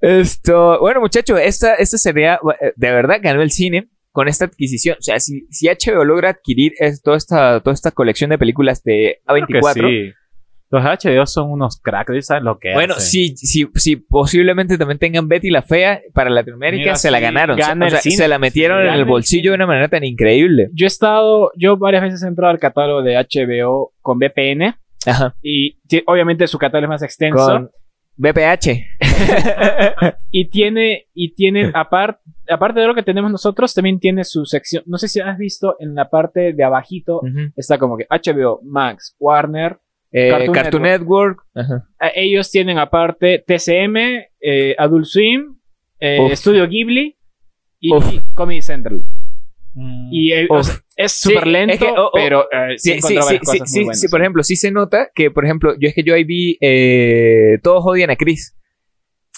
Esto, bueno, muchachos, esta, esta sería, eh, de verdad ganó el cine con esta adquisición. O sea, si, si HBO logra adquirir es- toda, esta, toda esta colección de películas de A24, Creo que sí. Los HBO son unos cracks, ellos saben lo que bueno, hacen. si, si, si posiblemente también tengan Betty la Fea para Latinoamérica, Mira, se la sí, ganaron. gana O el sea, cine. se la metieron Sí, en gana el el bolsillo cine. de una manera tan increíble. Yo he estado, yo varias veces he entrado al catálogo de HBO con VPN Ajá. y ti- obviamente su catálogo es más extenso Con BPH. y tiene y tiene aparte aparte de lo que tenemos nosotros también tiene su sección. No sé si has visto en la parte de abajito Ujú. está como que HBO, Max, Warner. Eh, Cartoon, Cartoon Network. Ajá. Eh, Ellos tienen aparte TCM, eh, Adult Swim, Uf. eh, Studio Ghibli y, Uf. y Comedy Central. Mm. Y eh, o Uf. sea, es Sí, súper lento, es que, oh, oh, pero eh, sí, Sí, sí, encontraba sí, varias sí, cosas muy sí, buenas. sí, por ejemplo, sí se nota que, por ejemplo, yo es que yo ahí vi eh, Todos odian a Chris,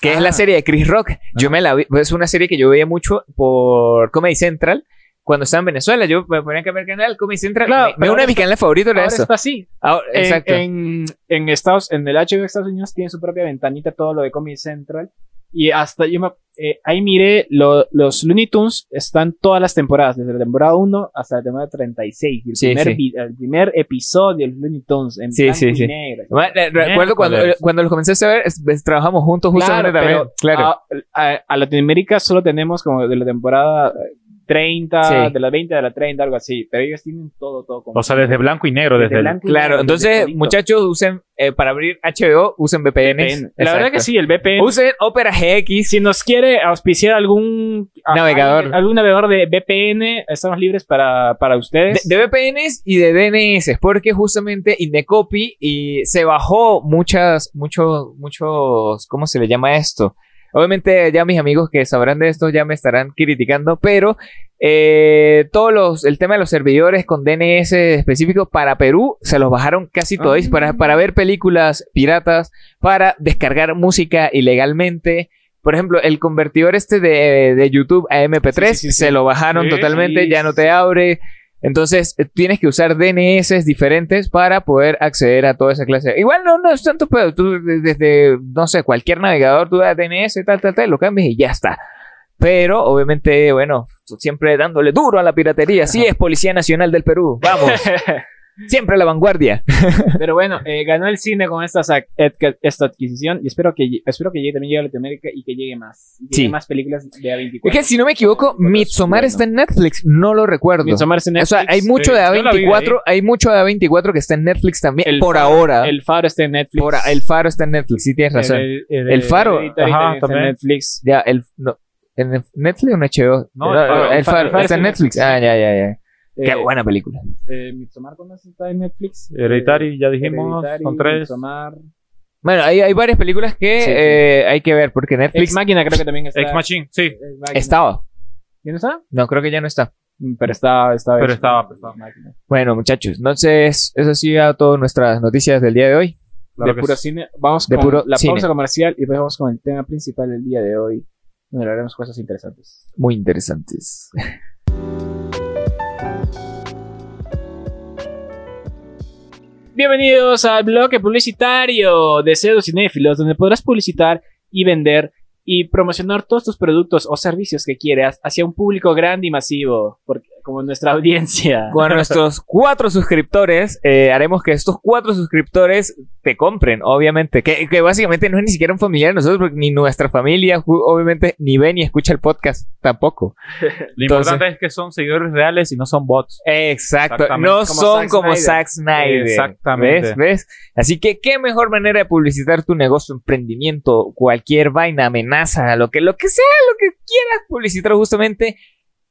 que es Ah. la serie de Chris Rock. Yo me la vi, pues, es una serie que yo veía mucho por Comedy Central. Cuando estaba en Venezuela, yo me ponía a cambiar canal, Comedy Central. Claro, me, me pero uno de ahora mis canales favoritos era Ahora eso. está así. Ahora- En- exacto. En, en Estados, en el HBO de Estados Unidos tiene su propia ventanita todo lo de Comedy Central. Y hasta yo me, eh, ahí miré, lo- los Looney Tunes están todas las temporadas, desde la temporada 1 hasta la temporada 36. Y el, Sí, primer, sí. vi- el primer episodio de los Looney Tunes en Sí, blanco sí, y sí. negro. Ma- eh, Recuerdo cuando, Miércoles. cuando los comencé a ver, es- es- trabajamos juntos justamente Claro, también. pero claro. Ah, A, a- a Latinoamérica solo tenemos como de la temporada eh, 30, Sí. de la 20, de la 30, algo así. Pero ellos tienen todo, todo. como- O sea, desde blanco y negro, desde desde, el- blanco y Claro, negro, desde entonces todito. muchachos usen, eh, para abrir HBO, usen VPNs. La verdad Exacto. que sí, el VPN. Usen Opera GX. si nos quiere auspiciar algún a- Navegador. alguien- algún navegador de VPN, estamos libres para, para De, ustedes. de VPNs y de DNS, porque justamente Indecopy y se bajó muchas, muchos, muchos, ¿cómo se le llama esto? Obviamente ya mis amigos que sabrán de esto ya me estarán criticando, pero eh, todos los, el tema de los servidores con DNS específicos para Perú se los bajaron casi todos Ah. para, para ver películas piratas, para descargar música ilegalmente. Por ejemplo, el convertidor este de, de YouTube a Sí, MP3 sí, sí, sí. se lo bajaron Sí, totalmente, sí, ya no sí. te abre. Entonces, eh, tienes que usar DNS diferentes para poder acceder a toda esa clase. Igual no, no es tanto pedo. Tú de- desde, no sé, cualquier navegador, tú das DNS, tal, tal, tal, lo cambias y ya está. Pero, obviamente, bueno, tú siempre dándole duro a la piratería. Sí, es Policía Nacional del Perú. Vamos. siempre a la vanguardia. Pero bueno, eh, ganó el cine con esta, sac- ed- esta adquisición y espero que lle- espero que llegue, también llegue a Latinoamérica y que llegue más. Y que Sí. llegue más películas de A24. Es que, si no me equivoco, Bueno, Midsommar bueno. está en Netflix. No lo recuerdo. Midsommar es en O sea, Netflix. hay mucho Sí, de yo la vi A24, hay mucho de A24 que está en Netflix también, El por Faro, ahora. El Faro está en Netflix. Eh, Por a- el Faro está en Netflix, sí tienes razón. El Faro. Hereditary Ajá, también está en también. Netflix. ya, el... no, ¿En Netflix o en HBO? No, No, El Faro. el, El Faro- Faro. el Faro está en Netflix. Ah, ya, ya, ya. Qué Eh, buena película. Eh, Midsommar ¿cómo es? está en Netflix. Hereditary, ya Eh, dijimos, Hereditary, son tres. Midsommar. Bueno, hay, hay varias películas que Sí, sí. eh, hay que ver, porque Ex Netflix Máquina creo que también está. Ex Machine, sí. Ex Machina. estaba. ¿Quién está? No, creo que ya no está. Mm, Pero estaba, estaba. Pero hecho. estaba, pero estaba. Máquina. Bueno, muchachos, entonces, eso ha sido todas nuestras noticias del día de hoy. Claro de que puro sí. cine. Vamos De con puro la cine. pausa comercial y vamos con el tema principal del día de hoy. Donde hablaremos cosas interesantes. Muy interesantes. Bienvenidos al bloque publicitario de Pseudo Cinéfilos, donde podrás publicitar y vender y promocionar todos tus productos o servicios que quieras hacia un público grande y masivo. Porque como nuestra [LAUGHS] audiencia. Con nuestros cuatro suscriptores, eh, haremos que estos cuatro suscriptores te compren, obviamente. Que, que básicamente no es ni siquiera un familiar de nosotros, porque ni nuestra familia, ju- obviamente, ni ve ni escucha el podcast tampoco. Lo importante es que son seguidores reales y no son bots. Exacto. Exactamente. No Como son Zack como Snyder. Zack Snyder. Exactamente. ¿Ves? ¿Ves? Así que, ¿qué mejor manera de publicitar tu negocio, emprendimiento, cualquier vaina, amenaza, lo que, lo que sea, lo que quieras publicitar justamente?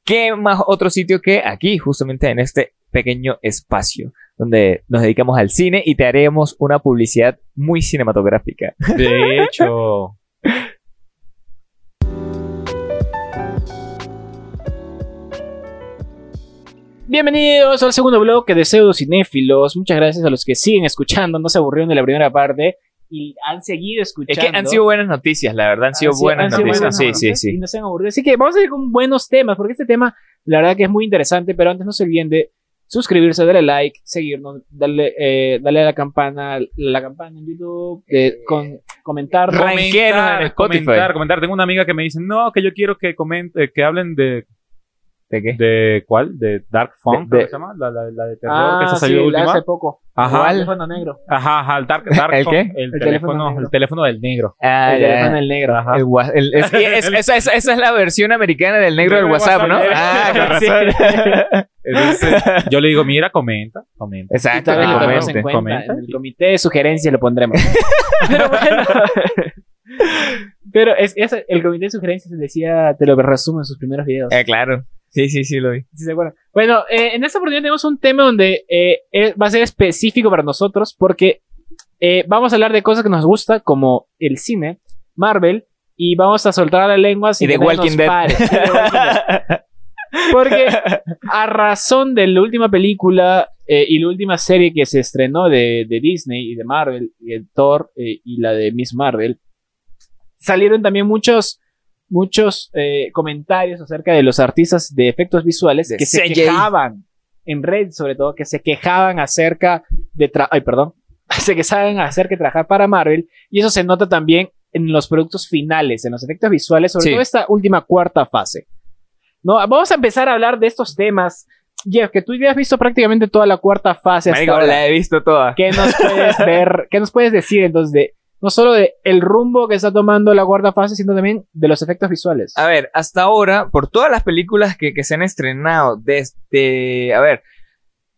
¿Qué más otro sitio que aquí, justamente en este pequeño espacio? Donde nos dedicamos al cine y te haremos una publicidad muy cinematográfica. De hecho, Bienvenidos al segundo bloque de Pseudo Cinéfilos. Muchas gracias a los que siguen escuchando, no se aburrieron de la primera parte y han seguido Es escuchando. Ah, que han sido buenas noticias, la verdad, han sido buenas han sido noticias. buenas sí, noticias sí, Y sí. no se han aburrido. Así que vamos a ir con buenos temas, porque este tema, la verdad que es muy interesante, pero antes no se olviden de suscribirse, darle like, seguirnos, darle, eh, darle a la campana, la campana en YouTube, Eh, de- con, comentar. Ranquero en comentar, Spotify. comentar, comentar. Tengo una amiga que me dice, no, que yo quiero que comente, que hablen de, ¿De qué? de ¿cuál? De Dark Phone, De- creo de- que se llama? La, la- la de terror Ah, que se sí, salió la última. hace poco. Ajá, El ¿Cuál? teléfono negro. ajá, ajá, el Dark, Dark ¿El Phone, qué? El, El teléfono teléfono, negro. el teléfono [LAUGHS] del negro. Ah, el ya. teléfono del negro. [LAUGHS] Ajá. El gua- el- es- y es- esa, esa- esa es la versión americana del negro del Negro del WhatsApp, ¿no? WhatsApp, Ah, con Sí. razón. Entonces, yo le digo, mira, comenta, comenta. Y Exacto, también lo tenemos en comente. cuenta. comenten. En el comité de sugerencias lo [LAUGHS] pondremos. Pero bueno. Pero es, es- el comité de sugerencias decía, te lo resumo en sus primeros videos. Eh, claro. Sí, sí, sí, lo vi. si se acuerdan. Bueno, eh, en esta oportunidad tenemos un tema donde eh, eh, va a ser específico para nosotros porque eh, vamos a hablar de cosas que nos gusta como el cine, Marvel y vamos a soltar la lengua sin Y que The nadie Walking nos Dead. pare. Y The Walking Dead. [LAUGHS] Porque a razón de la última película eh, y la última serie que se estrenó de, de Disney y de Marvel, y de Thor eh, y la de Miss Marvel, salieron también muchos muchos eh, comentarios acerca de los artistas de efectos visuales De que se CGI. quejaban en red sobre todo que se quejaban acerca de tra- ay perdón [LAUGHS] se quejaban acerca de trabajar para Marvel y eso se nota también en los productos finales en los efectos visuales sobre Sí. todo esta última cuarta fase no vamos a empezar a hablar de estos temas Jeff que tú ya has visto prácticamente toda la cuarta fase hasta Marico, ahora. la he visto toda. ¿Qué nos puedes ver? ¿Qué nos puedes decir entonces de no solo de el rumbo que está tomando la cuarta fase, sino también de los efectos visuales? A ver, hasta ahora, por todas las películas que, que se han estrenado desde, a ver,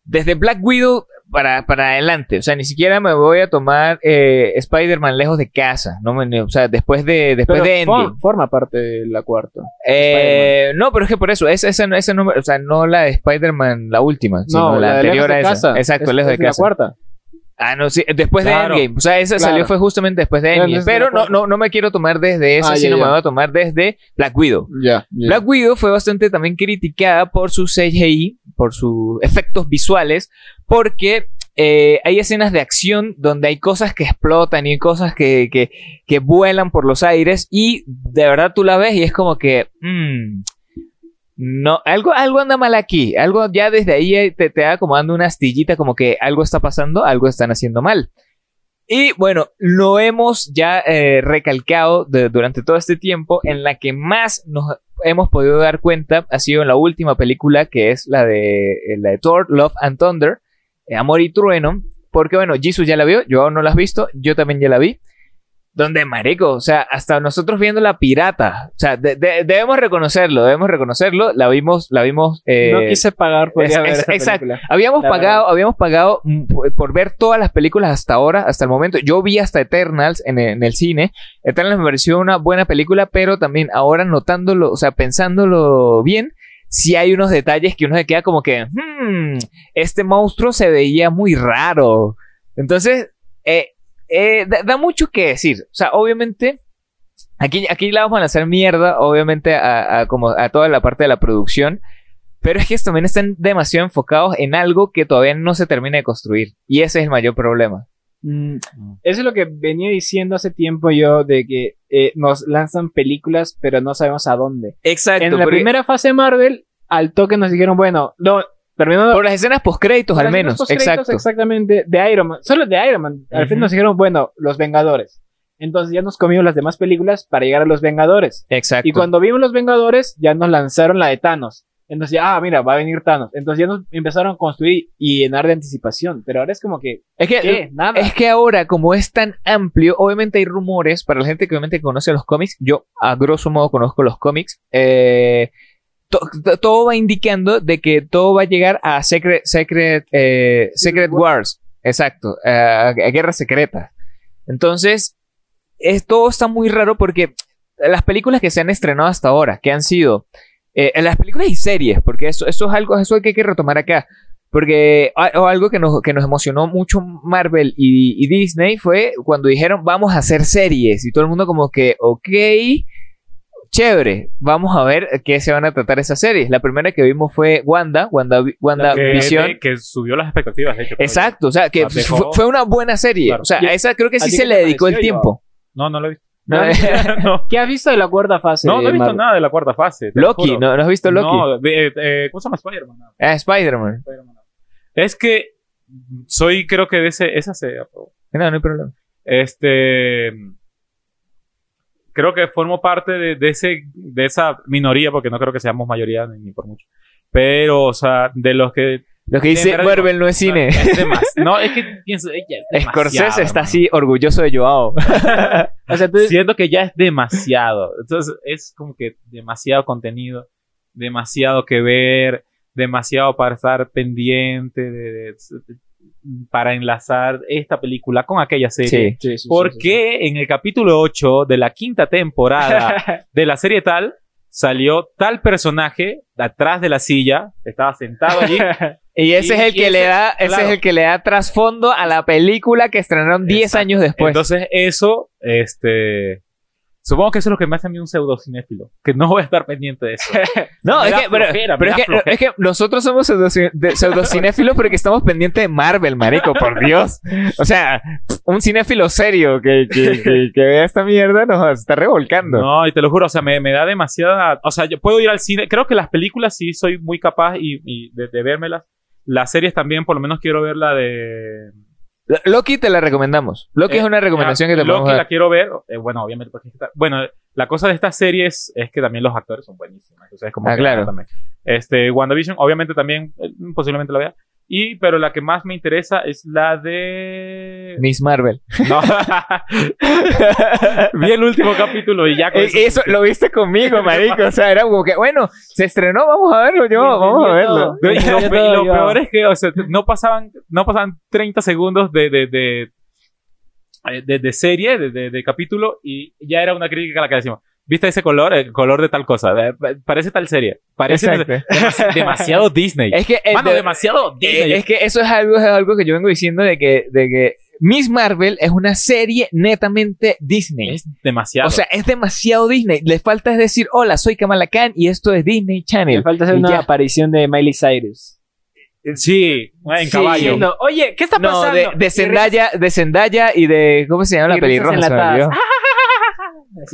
desde Black Widow para, para adelante, o sea, ni siquiera me voy a tomar eh, Spider-Man lejos de casa, no me- o sea, después de, después Pero pues de for- Endgame. forma parte de la cuarta. Eh, no, pero es que por eso, esa, esa, no- esa no, o sea, no la de Spider-Man, la última, sino la, de anterior Lejos a de esa. Casa. Exacto, Es- lejos de es la casa. cuarta. Ah, no, sí, después Claro. de Endgame. O sea, esa Claro. salió fue justamente después de Claro, Endgame. entonces Pero de no, acuerdo. no, no me quiero tomar desde esa, Ah, ya, sino ya. me voy a tomar desde Black Widow. Ya. Black Widow fue bastante también criticada por su CGI, por sus efectos visuales, porque eh, hay escenas de acción donde hay cosas que explotan y hay cosas que, que, que vuelan por los aires y de verdad tú la ves y es como que... mm, no, algo, algo anda mal aquí, algo ya desde ahí eh, te, te da como dando una astillita como que algo está pasando, algo están haciendo mal. Y bueno, lo hemos ya eh, recalcado de- durante todo este tiempo en la que más nos hemos podido dar cuenta ha sido en la última película que es la de, eh, la de Thor, Love and Thunder, eh, Amor y Trueno, porque bueno, Jesus ya la vio, yo aún no la has visto, yo también ya la vi. Donde, marico, o sea, hasta nosotros viendo la pirata, o sea, de- de- debemos reconocerlo, debemos reconocerlo, la vimos, la vimos... eh, no quise pagar por es- ir a ver es- esa exacto. película. Habíamos La pagado, habíamos pagado mm, p- por ver todas las películas hasta ahora, hasta el momento. Yo vi hasta Eternals en el, en el cine. Eternals me pareció una buena película, pero también ahora notándolo, o sea, pensándolo bien, sí hay unos detalles que uno se queda como que, "Hmm, este monstruo se veía muy raro. Entonces, eh, eh, da, da mucho que decir. O sea, obviamente, aquí, aquí la vamos a lanzar mierda, obviamente, a, a como a toda la parte de la producción. Pero es que también están demasiado enfocados en algo que todavía no se termina de construir. Y ese es el mayor problema. Mm, Eso es lo que venía diciendo hace tiempo yo de que eh, nos lanzan películas, pero no sabemos a dónde. Exacto. en la primera fase de Marvel, al toque nos dijeron, bueno, no, terminando Por las escenas postcréditos, al Las menos. escenas postcréditos, Exacto. Exactamente, de Iron Man. Solo de Iron Man. Al fin Ujú. nos dijeron, bueno, los Vengadores. Entonces ya nos comimos las demás películas para llegar a los Vengadores. Exacto. Y cuando vimos los Vengadores, ya nos lanzaron la de Thanos. Entonces ya, ah, mira, va a venir Thanos. Entonces ya nos empezaron a construir y llenar de anticipación. Pero ahora es como que, Es que, ¿qué? Nada. es que ahora, como es tan amplio, obviamente hay rumores. Para la gente que obviamente conoce los cómics, yo a grosso modo conozco los cómics. eh, to- to- todo va indicando de que todo va a llegar a Secret, Secret, eh, Secret Wars. Exacto, eh, a, a guerras secretas. Entonces, es, todo está muy raro porque las películas que se han estrenado hasta ahora, que han sido eh, las películas y series, porque eso, eso es algo eso que hay que retomar acá. Porque a- o algo que nos, que nos emocionó mucho Marvel y, y Disney fue cuando dijeron vamos a hacer series y todo el mundo como que, ok, chévere, vamos a ver qué se van a tratar esas series. La primera que vimos fue Wanda, Wanda, Wanda que, Visión. que subió las expectativas, de hecho. creo yo. Exacto, o sea, que Ah, fue, dejó- fue una buena serie. Claro. O sea, ¿Y a- a esa creo que a sí ti se qué le te dedicó el pareció, tiempo. No, no lo he visto. No, no, ¿Qué has visto de la cuarta fase? no, no de he visto Marvel? nada de la cuarta fase. te [LAUGHS] lo Loki, juro. ¿no, ¿No has visto Loki? No, de- eh, ¿cómo se llama Spider-Man? No, Ah, Spider-Man. Spider-Man no. Es que soy, creo que de ese, esa se aprobó. No, no hay problema. Este. Creo que formo parte de, de ese, de esa minoría, porque no creo que seamos mayoría ni, ni por mucho. Pero, o sea, de los que. Lo que Sí, dice en verdad, Marvel no es cine. Es [LAUGHS] de más. No, es que pienso. eh, ya es Scorsese demasiado, está hermano. así orgulloso de [LAUGHS] Joao. O sea, tú, Siento que ya es demasiado. Entonces, es como que demasiado contenido, demasiado que ver, demasiado para estar pendiente, de- de- para enlazar esta película con aquella serie. Sí. Sí, sí, sí, ¿Por sí, sí. qué en el capítulo 8 de la [LAUGHS] quinta temporada de la serie tal salió tal personaje de atrás de la silla? Estaba [LAUGHS] sentado allí. Y ese Y- es el y que le ese- da, ese claro. es el que le da trasfondo a la película que estrenaron 10 Exacto. años Pues después. Entonces, eso, este. Supongo que eso es lo que me hace a mí un pseudo cinéfilo. Que no voy a estar pendiente de eso. no, me es da que, pero, flojera, me pero es, da que, flojera. es que nosotros somos pseudoci- de- pseudocinéfilos porque estamos pendientes de Marvel, marico, por Dios. O sea, un cinéfilo serio que, que, que- que vea esta mierda nos está revolcando. No, y te lo juro, o sea, me, me da demasiada. O sea, yo puedo ir al cine. Creo que las películas sí soy muy capaz y, y de, de vérmelas. Las series también, por lo menos quiero ver la de. L- Loki te la recomendamos. Loki Eh, es una recomendación Ah, que te Loki podemos dar. la quiero ver. eh, bueno, obviamente, porque está- bueno, la cosa de estas series es que también los actores son buenísimos. Entonces, es como Ah, que- claro. también. Este, WandaVision, obviamente también, eh, posiblemente la vea. Y, pero la que más me interesa es la de. Miss Marvel. [LAUGHS] No. Vi el último capítulo Ah, y ya con Eh, eso- Eso lo viste conmigo, marico. O sea, era como que, bueno, se estrenó, vamos a verlo, yo, vamos a verlo. [LAUGHS] No, y lo, Yo pe- todo, lo yo. peor es que, o sea, no pasaban, no pasaban 30 segundos de, de, de, eh, de- de serie, de, de- de capítulo, y ya era una crítica a la que decimos. ¿Viste ese color? El color de tal cosa. eh, pa- Parece tal serie. Parece Exacto. demasi- [LAUGHS] demasiado Disney. Es que, el Mano, de- demasiado Disney. eh, es que eso es algo, es algo que yo vengo diciendo de que, de que Miss Marvel es una serie netamente Disney. es demasiado. O sea, es demasiado Disney. Le falta es decir, hola, soy Kamala Khan y esto es Disney Me Channel. falta hacer Y una ya. aparición de Miley Cyrus. Eh, sí, en Sí, caballo. no, Oye, ¿qué está No, pasando? de, de Zendaya, de Zendaya y de, ¿cómo se llama Y la risas pelirroja? Se me enlatadas. olvidó.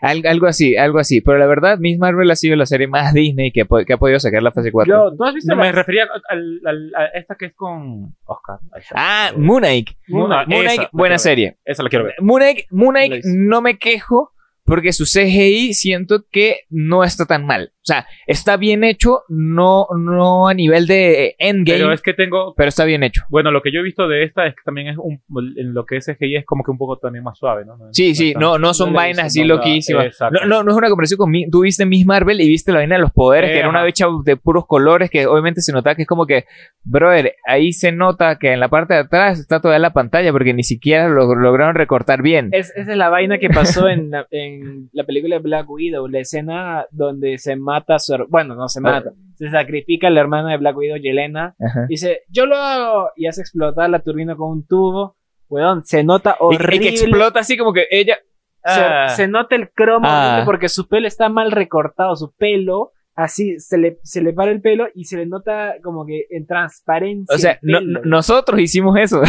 Al- algo así, algo así. Pero la verdad, Miss Marvel ha sido la serie más Disney que, ha po- que ha podido sacar la fase 4. Yo, ¿tú has visto No, la- me refería al- al- a esta que es con Oscar. Ahí está. Ah, Moon Knight. Moon Knight, Moon Knight, esa, buena la quiero ver. serie. Esa la quiero ver. Moon Knight, Moon Knight, Lo hice. no me quejo porque su CGI siento que no está tan mal. O sea, está bien hecho, no, no a nivel de eh, Endgame, Pero pero, es que tengo está bien hecho. Bueno, lo que yo he visto de esta es que también es un, en lo que es CGI es como que un poco también más suave, ¿no? Sí, sí, es tan- no, no son no le vainas hice así nada. loquísimas. Exacto. No, no, no es una comparación con mi, tú viste Miss Marvel y viste la vaina de los poderes, Eh, que era una ajá. becha de puros colores, que obviamente se nota que es como que, brother, ahí se nota que en la parte de atrás está toda la pantalla, porque ni siquiera lo lograron recortar bien. Eh, Es, esa es la vaina que pasó en la, en la película de Black Widow, la escena donde se mata a su her- bueno, no se mata, se sacrifica a la hermana de Black Widow, Yelena, Ajá. dice, yo lo hago, y hace explotar la turbina con un tubo, weón, se nota Y, y horrible, que explota así como que ella... se, Ah. se nota el cromo Ah. horrible porque su pelo está mal recortado, su pelo, así, se le, se le para el pelo y se le nota como que en transparencia. O sea, el no- pelo. no- nosotros hicimos eso.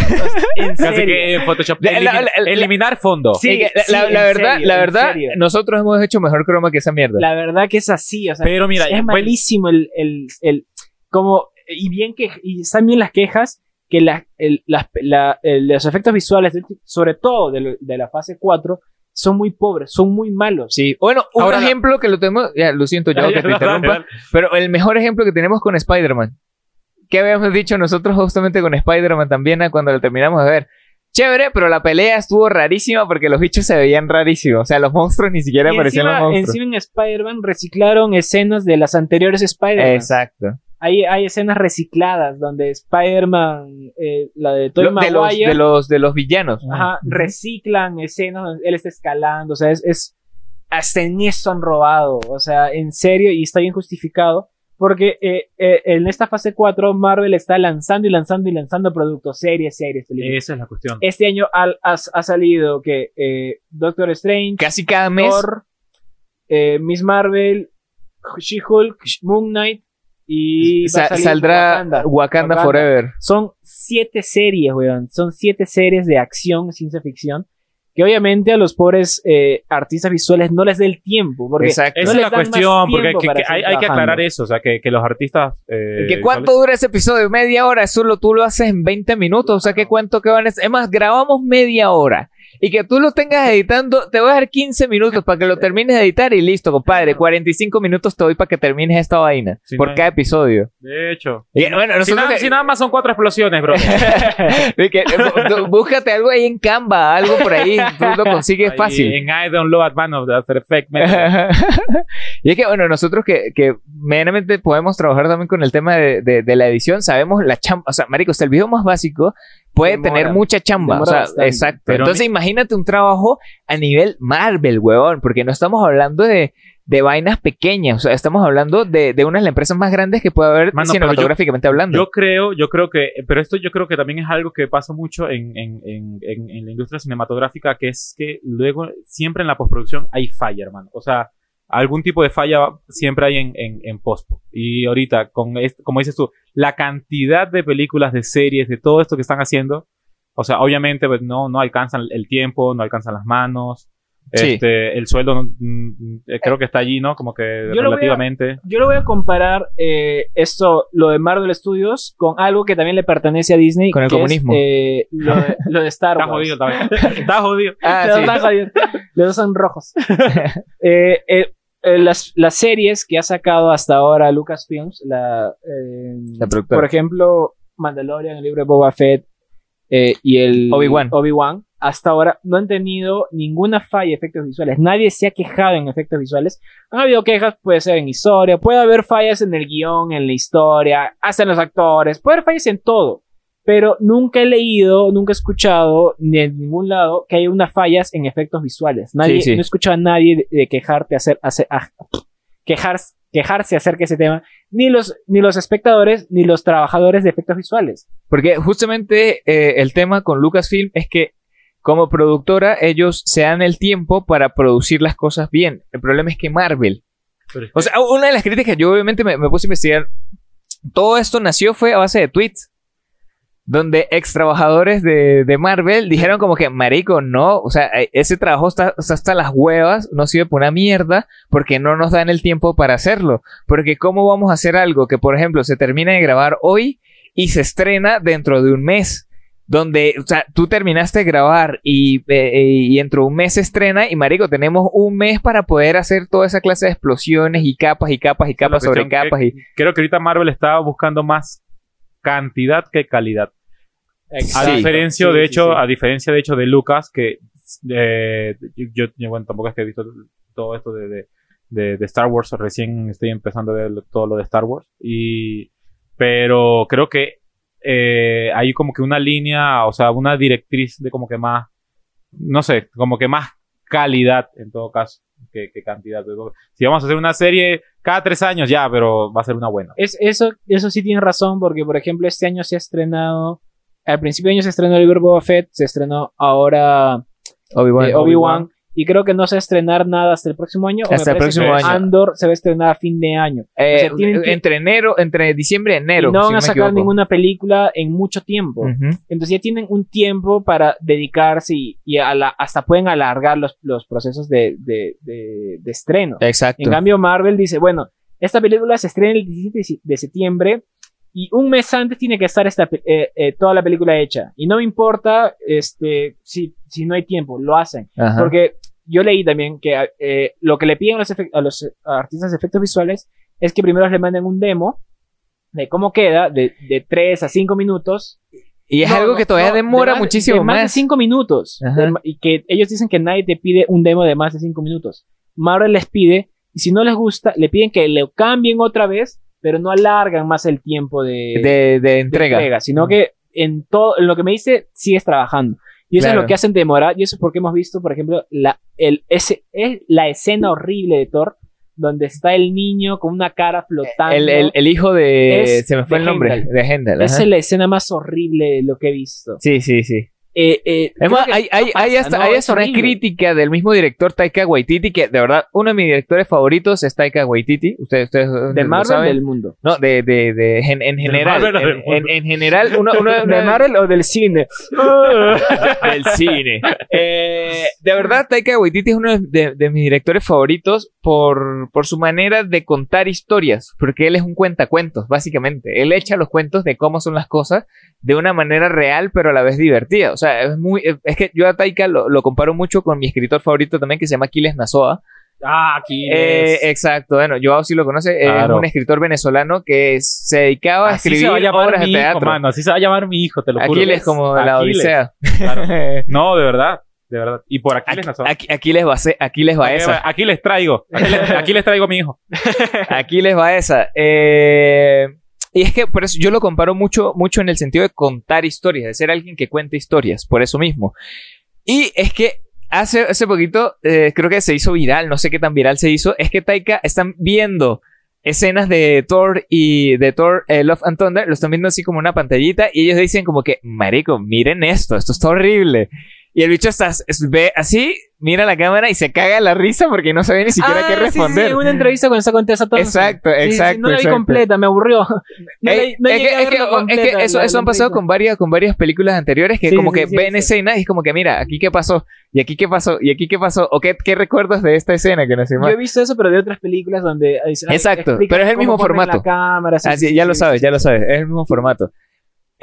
en Así serio. que eh, Photoshop. La- la- elimina- la- la- eliminar fondo. [LAUGHS] Sí, Es que la, sí, la- la en verdad, serio, la en verdad, serio. nosotros hemos hecho mejor croma que esa mierda. La verdad que es así, o sea, Pero mira, es bueno, malísimo el, el, el- como y bien que y están bien las quejas que la- el- las- la- el- los efectos visuales, sobre todo de, lo- de la fase 4, son muy pobres, son muy malos. Sí. Bueno, un Ahora la- ejemplo que lo tenemos. Ya, lo siento yo [LAUGHS] que te Dale, dale, interrumpa. dale. Pero el mejor ejemplo que tenemos con Spider-Man. ¿Qué habíamos dicho nosotros justamente con Spider-Man también ah, cuando lo terminamos de ver? Chévere, pero la pelea estuvo rarísima porque los bichos se veían rarísimos. O sea, los monstruos ni siquiera Y parecían los encima, monstruos. encima en Spider-Man reciclaron escenas de las anteriores Spider-Man. Exacto. Hay, hay escenas recicladas donde Spider-Man, eh, la de Tobey Lo- de, los, Maguire, de, los, de los villanos. ajá, reciclan escenas donde él está escalando. O sea, es, es- hasta en esto han robado. O sea, en serio, y está bien justificado. Porque eh, eh, en esta fase 4 Marvel está lanzando y lanzando y lanzando productos, series, series, Eh. películas. Esa es la cuestión. Este año al- has- ha, salido que eh, Doctor Strange, Casi cada mes. Thor, eh, Miss Marvel, She-Hulk, Moon Knight y va a sa- salir saldrá Wakanda. Wakanda, Wakanda. Forever. Son siete series, weón. Son siete series de acción, ciencia ficción. Que obviamente a los pobres eh, artistas visuales no les dé el tiempo. Porque Exacto. no Esa les es la dan más cuestión, porque hay tiempo que, para que hay, seguir hay que trabajando. aclarar eso, o sea, que, que los artistas... eh, ¿Que ¿Cuánto dura ese episodio? Media hora. Eso lo, tú lo haces en 20 minutos. O sea, ¿qué cuánto que van a Es más, grabamos media hora. Y que tú lo tengas editando, te voy a dar 15 minutos para que lo termines de editar y listo, compadre. 45 minutos te doy para que termines esta vaina. Sí, por no. cada episodio. De hecho. Y, bueno, Si nosotros nada, que- [LAUGHS] si nada más son cuatro explosiones, bro. de que, eh, bú- bú- búscate algo ahí en Canva, algo por ahí. Tú lo consigues Ahí fácil. En I don't love Advanced of the After Effects. method. [LAUGHS] y es que, bueno, nosotros que, que medianamente podemos trabajar también con el tema de, de- de la edición, sabemos la chamba. O sea, marico, hasta el video más básico puede Demora. tener mucha chamba. O Demora sea, bastante. exacto. Pero a Entonces, imagínate un trabajo a nivel Marvel, huevón, porque no estamos hablando de, de vainas pequeñas. O sea, estamos hablando de, de una de las empresas más grandes que puede haber Mano, pero yo- cinematográficamente hablando. Yo creo, yo creo que, pero esto yo creo que también es algo que pasa mucho en, en, en, en, en la industria cinematográfica, que es que luego siempre en la postproducción hay falla, hermano. O sea, algún tipo de falla siempre hay en, en, en post. Y ahorita, con est- como dices tú, la cantidad de películas, de series, de todo esto que están haciendo, o sea, obviamente pues, no, no alcanzan el tiempo, no alcanzan las manos. Sí. Este, el sueldo no- mm, eh, creo que está allí, ¿no? Como que Yo lo voy a- relativamente. Yo lo voy a comparar eh, esto, lo de Marvel Studios, con algo que también le pertenece a Disney. Con el que es, comunismo. eh, lo, de, lo [LAUGHS] de Star Está Wars. jodido, está, [LAUGHS] está jodido. Ah, Los sí. dos jodidos. [LAUGHS] Los dos son [LAUGHS] rojos. Eh, eh, eh, las, las series que ha sacado hasta ahora Lucasfilms, la, eh, La productora. por ejemplo, Mandalorian, el libro de Boba Fett eh, y el Obi-Wan. Obi-Wan, hasta ahora no han tenido ninguna falla de efectos visuales. Nadie se ha quejado en efectos visuales. Han habido quejas, puede ser en historia, puede haber fallas en el guión, en la historia, hasta en los actores, puede haber fallas en todo pero nunca he leído, nunca he escuchado ni en ningún lado que haya unas fallas en efectos visuales. Nadie, Sí, sí. no he escuchado a nadie de, de quejarte hacer, hacer- ah, quejarse, quejarse acerca de ese tema, ni los, ni los espectadores, ni los trabajadores de efectos visuales. Porque justamente eh, el tema con Lucasfilm es que como productora ellos se dan el tiempo para producir las cosas bien. El problema es que Marvel. Pero es O sea, una de las críticas, yo obviamente me, me puse a investigar, todo esto nació fue a base de tweets. Donde ex trabajadores de, de Marvel dijeron como que, marico, no, o sea, eh, ese trabajo está, está hasta las huevas, no sirve para una mierda, porque no nos dan el tiempo para hacerlo. Porque ¿cómo vamos a hacer algo que, por ejemplo, se termina de grabar hoy y se estrena dentro de un mes. Donde, o sea, tú terminaste de grabar y, eh, eh, y dentro de un mes se estrena y, marico, tenemos un mes para poder hacer toda esa clase de explosiones y capas y capas y Esa es la capas sobre cuestión, capas que- eh, y... creo que ahorita Marvel estaba buscando más cantidad que calidad. A Sí. diferencia, Sí, de sí, hecho, sí. a diferencia de hecho de Lucas, que eh, yo, yo, bueno, tampoco es que he visto todo esto de, de- de- de Star Wars, recién estoy empezando a ver lo- todo lo de Star Wars. Y pero creo que eh, hay como que una línea, o sea, una directriz de como que más, no sé, como que más calidad en todo caso que, que cantidad. Si vamos a hacer una serie cada tres años ya, pero va a ser una buena. Es, eso, eso sí tiene razón, porque por ejemplo este año se ha estrenado, al principio de año se estrenó el libro de Boba Fett, se estrenó ahora Obi-Wan. eh, Obi-Wan, y creo que no se va a estrenar nada hasta el próximo año. o me Hasta el parece que próximo año. Andor se va a estrenar a fin de año. Eh, o sea, tienen que- entre enero, entre diciembre y enero. y no si van a me sacar equivoco. Mm. ninguna película en mucho tiempo. Ujú. Entonces ya tienen un tiempo para dedicarse y, y a la- hasta pueden alargar los, los procesos de, de- de- de estreno. Exacto. En cambio, Marvel dice, bueno, esta película se estrena el 17 de septiembre y un mes antes tiene que estar esta, pe- eh, eh, toda la película hecha. Y no me importa este, si, si no hay tiempo, lo hacen. Ajá. Porque yo leí también que eh, lo que le piden a los, efec- a los eh, artistas de efectos visuales es que primero les manden un demo de cómo queda, de, de 3 a 5 minutos. Y es No, algo no, que todavía no, de demora más- de muchísimo más. de más. 5 minutos. Ajá. De ma- y que ellos dicen que nadie te pide un demo de más de 5 minutos. Marvel les pide, y si no les gusta, le piden que lo cambien otra vez, pero no alargan más el tiempo de, de, de de entrega. sino que en todo en lo que me dice sigues trabajando. Y eso es Claro. lo que hacen demorar, y eso es porque hemos visto, por ejemplo, la, el, ese, es la escena horrible de Thor, donde está el niño con una cara flotando. El, el- el hijo de. Es se me fue de el nombre. Heimdall. De Hendel. Esa es la escena más horrible de lo que he visto. Sí, sí, sí. Eh, eh, Es creo más, que- hay, hay, hay hasta, no, hay es hasta una horrible. crítica del mismo director Taika Waititi, que de verdad, uno de mis directores favoritos es Taika Waititi. Ustedes, ustedes de lo Marvel saben. del mundo. No, de, de, de, en, en general. Marvel o del en, en- en general, uno, uno [LAUGHS] ¿De Marvel o del cine? del cine. Eh, de verdad, Taika Waititi es uno de, de mis directores favoritos por, por su manera de contar historias, porque él es un cuentacuentos, básicamente. Él echa los cuentos de cómo son las cosas de una manera real, pero a la vez divertida. O sea, es muy, es que yo a Taika lo, lo comparo mucho con mi escritor favorito también, que se llama Aquiles Nazoa. Ah, aquí. Eh, es. exacto, bueno, Joao sí lo conoce, eh, Claro. es un escritor venezolano que se dedicaba a Así se escribir va a llamar obras de mi hijo, teatro. mano. Así se va a llamar mi hijo, te lo juro. Aquiles como la Aquiles, Eh, Odisea. [LAUGHS] claro. No, de verdad. De verdad. Y por Aquiles Nazoa. Aquí, aquí les va, se- aquí les va esa. Eh, Aquí les traigo. Aquí [LAUGHS] les, aquí les traigo a mi hijo. Aquí les va esa. Eh, y es que por eso yo lo comparo mucho, mucho en el sentido de contar historias, de ser alguien que cuenta historias, por eso mismo. Y es que hace, hace poquito, eh, creo que se hizo viral, no sé qué tan viral se hizo, es que Taika están viendo escenas de Thor y de Thor eh, Love and Thunder, lo están viendo así como una pantallita y ellos dicen como que, marico, miren esto, esto está horrible. Y el bicho está, es- ve así, mira la cámara y se caga de la risa porque no sabe ni siquiera Ah, qué sí, sí, responder. sí, una entrevista con esa con Tessa Thompson. Exacto, Sí, sí, exacto, no la vi exacto. completa, me aburrió. [LAUGHS] No Ey, leí- no es, llegué a que, es que- verla o- es que completa, eso, la- eso la han pasado entrevista. con varias, con varias películas anteriores que Sí, como sí, que sí, ven sí. escenas y es como que mira, aquí qué pasó, y aquí qué pasó, y aquí qué pasó, o qué, qué recuerdas de esta escena que no sé Yo más. he visto eso, pero de otras películas donde. ay, ay, Exacto, explican pero es el cómo mismo ponen formato. la cámara, sí, Así, sí, Ah, ya sí, lo sí. sabes, ya lo sabes, es el mismo formato.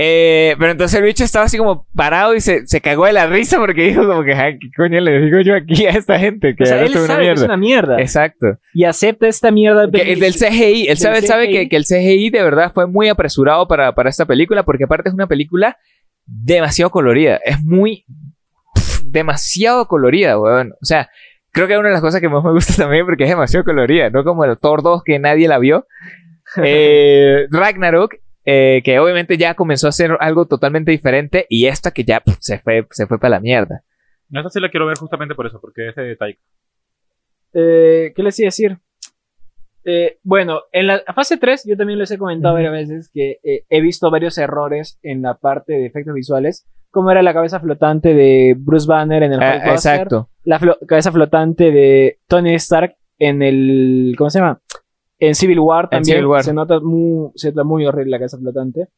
Eh, pero entonces el bicho estaba así como parado y se, se cagó de la risa porque dijo como que, "Ah, ¿qué coño le digo yo aquí a esta gente? Que O sea, esto él es una sabe que es mierda. una mierda. Exacto. Y acepta esta mierda. de Que el del película. CGI, él Del sabe, él sabe que, CGI. que el CGI de verdad fue muy apresurado para, para esta película, porque aparte es una película demasiado colorida, es muy pff, demasiado colorida, weón. O sea, creo que es una de las cosas que más me gusta [LAUGHS] también porque es demasiado colorida, no como el Thor 2 que nadie [LAUGHS] la vio. Eh, Ragnarok, eh, que obviamente ya comenzó a ser algo totalmente diferente, y esta que ya pff, se fue, se fue para la mierda. No, esta sí la quiero ver justamente por eso, porque es de Taika. Eh, ¿Qué les iba a decir? Eh, bueno, en la fase 3, yo también les he comentado Ujú. varias veces que eh, he visto varios errores en la parte de efectos visuales, como era la cabeza flotante de Bruce Banner en el Ah, Hulkbuster, exacto. la flo- cabeza flotante de Tony Stark en el. ¿Cómo se llama? En Civil War también. Civil War. Se nota muy, se nota muy horrible la cabeza flotante.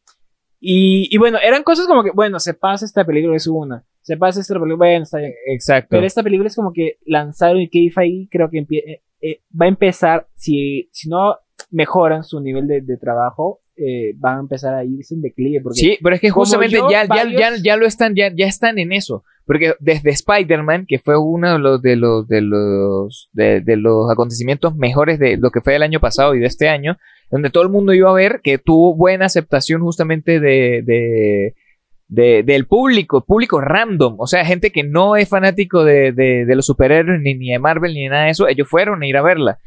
Y, y bueno, eran cosas como que, bueno, se pasa esta película, es una. Se pasa esta película, bueno, está bien. Exacto. Pero esta película es como que lanzaron y que ahí creo que empie- eh, eh, va a empezar, si, si no mejoran su nivel de, de trabajo, eh, van a empezar a irse en declive. Porque Sí, pero es que como justamente yo, ya, ya- varios- ya, ya lo están, ya, ya están en eso. Porque desde Spider-Man, que fue uno de los de los de los de, de los acontecimientos mejores de lo que fue el año pasado y de este año, donde todo el mundo iba a ver que tuvo buena aceptación justamente de, de- de- del público, público random, o sea, gente que no es fanático de, de- de los superhéroes, ni, ni de Marvel, ni de nada de eso, ellos fueron a ir a verla.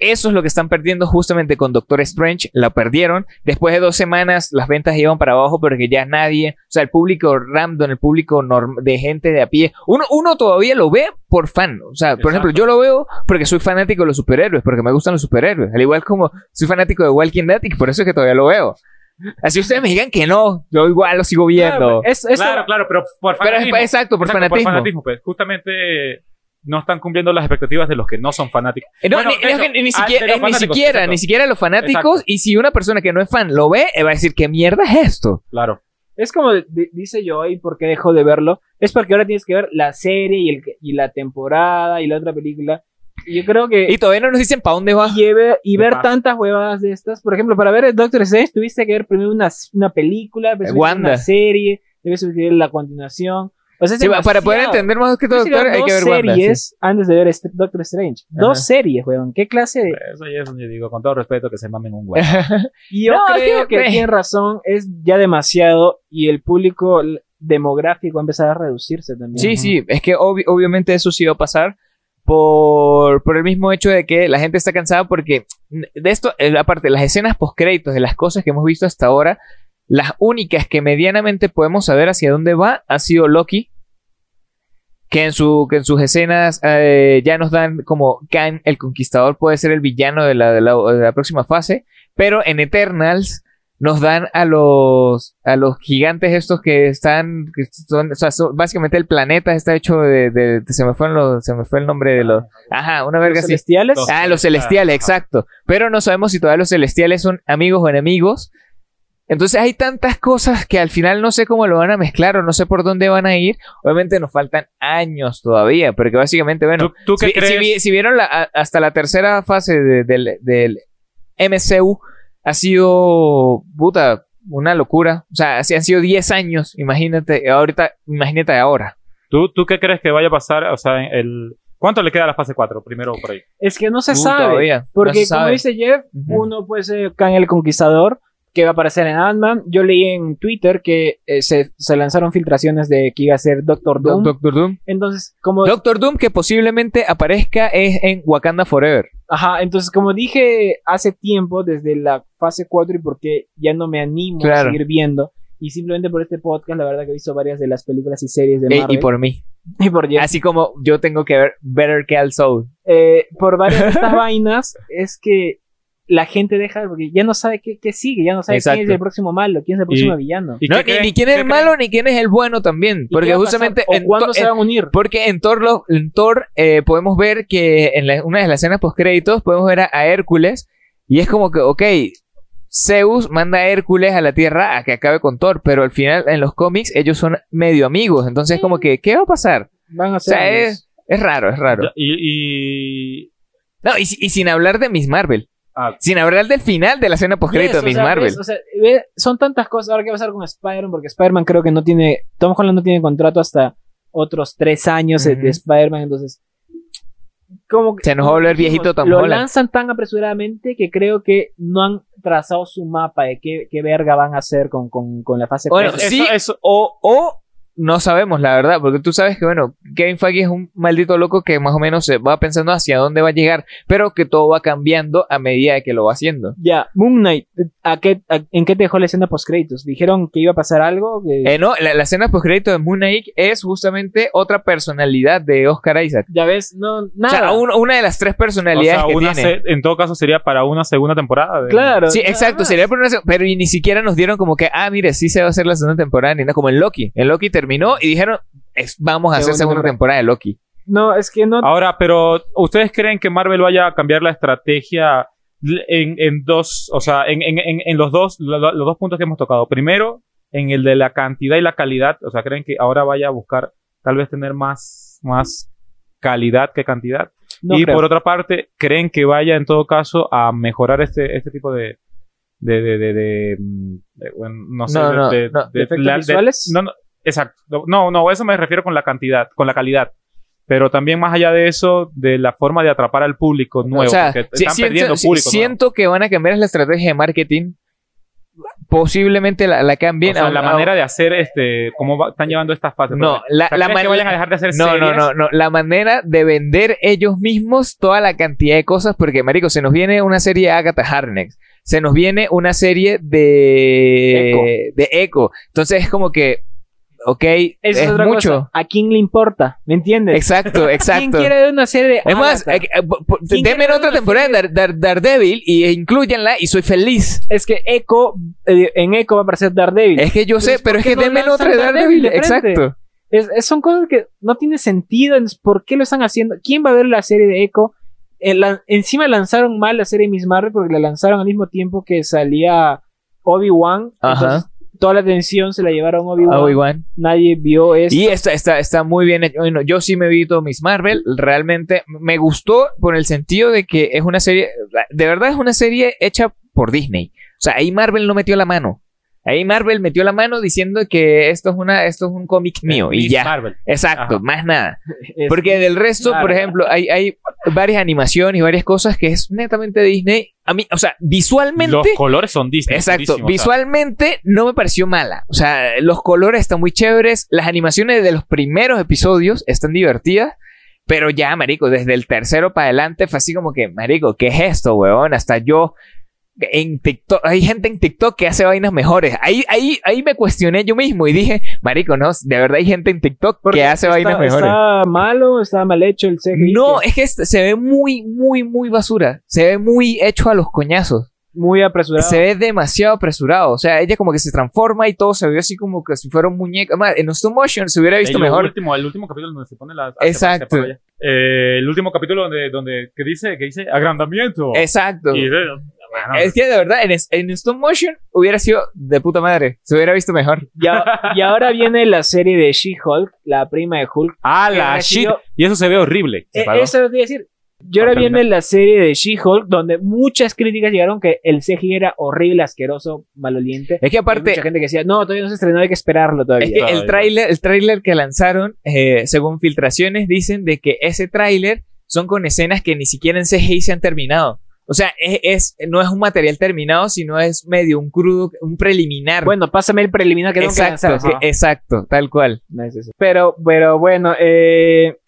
Eso es lo que están perdiendo justamente con Doctor Strange. La perdieron. Después de dos semanas, las ventas iban para abajo porque ya nadie, o sea, el público random, el público norm- de gente de a pie, uno, uno todavía lo ve por fan. O sea, por ejemplo, Exacto. yo lo veo porque soy fanático de los superhéroes, porque me gustan los superhéroes. Al igual como soy fanático de Walking Dead y por eso es que todavía lo veo. Así ustedes me digan que no, yo igual lo sigo viendo. Claro, es- es- Claro, claro, pero por Pero es fanatismo. pa- exacto, por Exacto, fanatismo. pues. Justamente eh, no están cumpliendo las expectativas de los que no son fanáticos. Eh, No, Bueno, ni, de es hecho, que ni ah, siquiera, de es los ni fanáticos, siquiera, exacto. ni siquiera los fanáticos. Exacto. Y si una persona que no es fan lo ve, eh, va a decir, ¿qué mierda es esto? Claro. es como di- dice yo, ¿y por qué dejo de verlo? Es porque ahora tienes que ver la serie y, el, y la temporada y la otra película. Y yo creo que... Y ah, todavía no nos dicen para dónde va. y lleve- y De ver paz. tantas huevadas de estas. Por ejemplo, para ver el Doctor Strange tuviste que ver primero una, una película, después tuviste Wanda. una serie, debes subir la continuación. O sea, es Sí, para demasiado. poder entender más que todo, Yo sería doctor, hay dos que ver Wanda. sí. series antes de ver este- Doctor Strange. Dos Ajá. series, weón. ¿Qué clase de.? Eso ya es, yo digo, con todo respeto, que se mamen un huevo. Y Yo No, es creo que- que, tiene razón, es ya demasiado y el público l- demográfico ha empezado a reducirse también. Sí, sí, es que obvi- obviamente eso sí va a pasar por, por el mismo hecho de que la gente está cansada porque de esto, eh, aparte, las escenas postcréditos de las cosas que hemos visto hasta ahora, las únicas que medianamente podemos saber hacia dónde va ha sido Loki, que en, su, que en sus escenas eh, ya nos dan como Khan, el conquistador, puede ser el villano de la, de la- de la próxima fase, pero en Eternals nos dan a los a los gigantes estos que están que son, o sea, son- básicamente el planeta está hecho de, de- de- se me fue los- se me fue el nombre de los ajá una verga ¿Los así celestiales? Dos. Ah, los Celestiales, celestiales, ajá. exacto. Pero no sabemos si todavía los celestiales son amigos o enemigos. Entonces hay tantas cosas que al final no sé cómo lo van a mezclar o no sé por dónde van a ir. Obviamente nos faltan años todavía, porque básicamente, [LAUGHS] bueno, ¿Tú, tú qué si, si crees? vi- si vieron la- a- hasta la tercera fase de- del, del MCU, ha sido, puta, una locura. O sea, así han sido 10 años, imagínate, ahorita, imagínate ahora. ¿Tú, ¿Tú qué crees que vaya a pasar? O sea, en el... ¿cuánto le queda a la fase 4? Primero por ahí. Es que no se Tú sabe. Uh, todavía, no Porque se como sabe. dice Jeff, Ujú. uno puede ser Kang el Conquistador, que va a aparecer en Ant-Man. Yo leí en Twitter que eh, se, se lanzaron filtraciones de que iba a ser Doctor Doom. Doctor Doom. Entonces, como Doctor Doom que posiblemente aparezca es en Wakanda Forever. Ajá, entonces como dije hace tiempo, desde la fase 4 y porque ya no me animo Claro. a seguir viendo, y simplemente por este podcast, la verdad que he visto varias de las películas y series de Eh, Marvel. y por mí. [LAUGHS] y por Jeff. Así como yo tengo que ver Better Call Saul. Eh, por varias de [LAUGHS] estas vainas, es que la gente deja, porque ya no sabe qué, qué sigue, ya no sabe Exacto. quién es el próximo malo, quién es el próximo villano. ¿Y No, ni, qué creen- ni quién es qué el malo ni quién es el bueno también. ¿Y qué Porque va a justamente pasar? ¿O en to- cuándo se en- pues, van a unir? porque en Thor, lo- en Thor, eh, podemos ver que en la- una de las escenas postcréditos podemos ver a, a Hércules y es como que, ok, Zeus manda a Hércules a la Tierra a que acabe con Thor, pero al final en los cómics ellos son medio amigos, entonces como que, ¿qué va a pasar? Van a O sea, ser es, es raro, es raro. Ya, Y, y- No, y, si- y sin hablar de Miss Marvel. Ah. Sin hablar del final de la escena Yes, postcrédito o de Miss sea, Marvel. ves, o sea, ve- son tantas cosas. Ahora qué va a pasar con Spider-Man, porque Spider-Man creo que no tiene. Tom Holland no tiene contrato hasta otros tres años eh, Ujú. de Spider-man, entonces. Como que- Se nos va a volver viejito Tom Lo Holland. lanzan tan apresuradamente que creo que no han trazado su mapa de qué, qué verga van a hacer con, con, con la fase Bueno, cuatro. eso- sí, eso- o, o no sabemos, la verdad, porque tú sabes que, bueno, Kevin Feige es un maldito loco que más o menos se va pensando hacia dónde va a llegar, pero que todo va cambiando a medida de que lo va haciendo. Ya, Moon Knight, ¿a qué, a- ¿en qué te dejó la escena post-créditos? ¿Dijeron que iba a pasar algo? Que- Eh, no, la, la escena postcrédito de Moon Knight es justamente otra personalidad de Oscar Isaac. ya ves, no, O nada. sea, un- una de las tres o personalidades sea, que una tiene. se- en todo caso sería para una segunda temporada. de- claro. Sí, nada exacto, más. sería por una seg- pero y ni siquiera nos dieron como que, ah, mire, sí se va a hacer la segunda temporada, ni nada, como en Loki. En Loki terminó y dijeron, es- vamos a hacer Segunda segunda temporada. temporada de Loki. No, es que no. Ahora, pero ¿ustedes creen que Marvel vaya a cambiar la estrategia en, en dos, o sea, en, en- en- en los dos, lo- lo- los dos puntos que hemos tocado? Primero, en el de la cantidad y la calidad, o sea, ¿creen que ahora vaya a buscar tal vez tener más, más calidad que cantidad? no y creo. por otra parte, ¿creen que vaya en todo caso a mejorar este, este tipo de... De, de, de, de, mm, de- bueno, no sé, No, de- no, de- no. de- ¿Defectos la- de- visuales? no, no, exacto. No, no, a eso me refiero con la cantidad, con la calidad. Pero también más allá de eso, de la forma de atrapar al público nuevo. o sea, porque si- están siento, perdiendo si- público. nuevo. siento que van a cambiar la estrategia de marketing. Posiblemente la, la cambien. O sea, a- la a- manera de hacer, este, cómo va- están llevando estas fases. No, Porque, la, o sea, la ¿creen que manera- vayan a dejar de hacer No, series? no, no, no. La manera de vender ellos mismos toda la cantidad de cosas, porque, marico, se nos viene una serie de Agatha Harkness. Se nos viene una serie de... Echo. De Echo. Entonces es como que... Ok, es, Eso es, otra mucho. cosa. ¿A quién le importa? ¿Me entiendes? Exacto, [LAUGHS] ¿Quién exacto. quiere ver una serie Ah, de Es más, Avatar? eh, eh, po- po- ¿Quién denme quiere otra una temporada de Dar- Dar- Daredevil y e incluyanla y soy feliz. es que Echo, eh, en Echo va a aparecer Daredevil. Es que yo sé, Entonces, Pues pero ¿por es qué que no denme lanzan otra de Daredevil Daredevil. de frente? Exacto. Es- es- son cosas que no tienen sentido. es- ¿Por qué lo están haciendo? ¿Quién va a ver la serie de Echo? El- la- encima lanzaron mal la serie Miss Marvel porque la lanzaron al mismo tiempo que salía Obi-Wan. Ajá. Entonces, Toda la atención se la llevaron a Obi-Wan. Ah, Obi-Wan. Nadie vio este, eso. Y está, está, está muy bien hecho. Bueno, yo sí me vi todo Miss Marvel. Realmente me gustó por el sentido de que es una serie. De verdad es una serie hecha por Disney. O sea, ahí Marvel no metió la mano. Ahí Marvel metió la mano diciendo que esto es una, esto es un cómic mío y Eh, Miss ya. Marvel. Exacto, Ajá. más nada. Es- Porque del resto, por Claro. ejemplo, hay, hay varias animaciones y varias cosas que es netamente Disney. A mí, o sea, visualmente. Los colores son Disney. Exacto, durísimo, o sea, visualmente no me pareció mala. O sea, los colores están muy chéveres, las animaciones de los primeros episodios están divertidas, pero ya, marico, desde el tercero para adelante fue así como que, marico, ¿qué es esto, weón? Hasta yo en TikTok, hay gente en TikTok que hace vainas mejores. Ahí, ahí, ahí me cuestioné yo mismo y dije, marico, no, de verdad hay gente en TikTok porque que hace está- vainas mejores. ¿Está malo? ¿Está mal hecho el CGI? No, que- es que este- se ve muy, muy, muy basura. Se ve muy hecho a los coñazos. Muy apresurado. Se ve demasiado apresurado. O sea, ella como que se transforma y todo se ve así como que si fuera un muñeco. Además, en stop motion se hubiera el visto mejor. Último, el último capítulo donde se pone la. ah, se Exacto. pone- se pone allá. Eh, el último capítulo donde, donde que dice, que dice agrandamiento. Exacto. Y, eh, bueno, Es que de verdad, en, es- en stop motion hubiera sido de puta madre. Se hubiera visto mejor. Y, a- y ahora viene la serie de She-Hulk, la prima de Hulk. ¡Ah, que la recibió- shit! Y eso se ve horrible. Se Eh, paró. eso lo que iba a decir. Y ahora Ah, termina. viene la serie de She-Hulk, donde muchas críticas llegaron que el CGI era horrible, asqueroso, Eh, maloliente. Es que Aparte, aparte, mucha gente que decía, no, todavía no se estrenó, hay que esperarlo todavía. Es que Ay, el no. tráiler, el tráiler que lanzaron, eh, según filtraciones, dicen de que ese tráiler son con escenas que ni siquiera en CGI se han terminado. O sea, es, es- no es un material terminado, sino es medio un crudo, un preliminar. Bueno, pásame el preliminar que tengo que exacto, lanzar, Ah, eh. que- exacto, tal cual. No es eso. Pero, pero bueno, eh,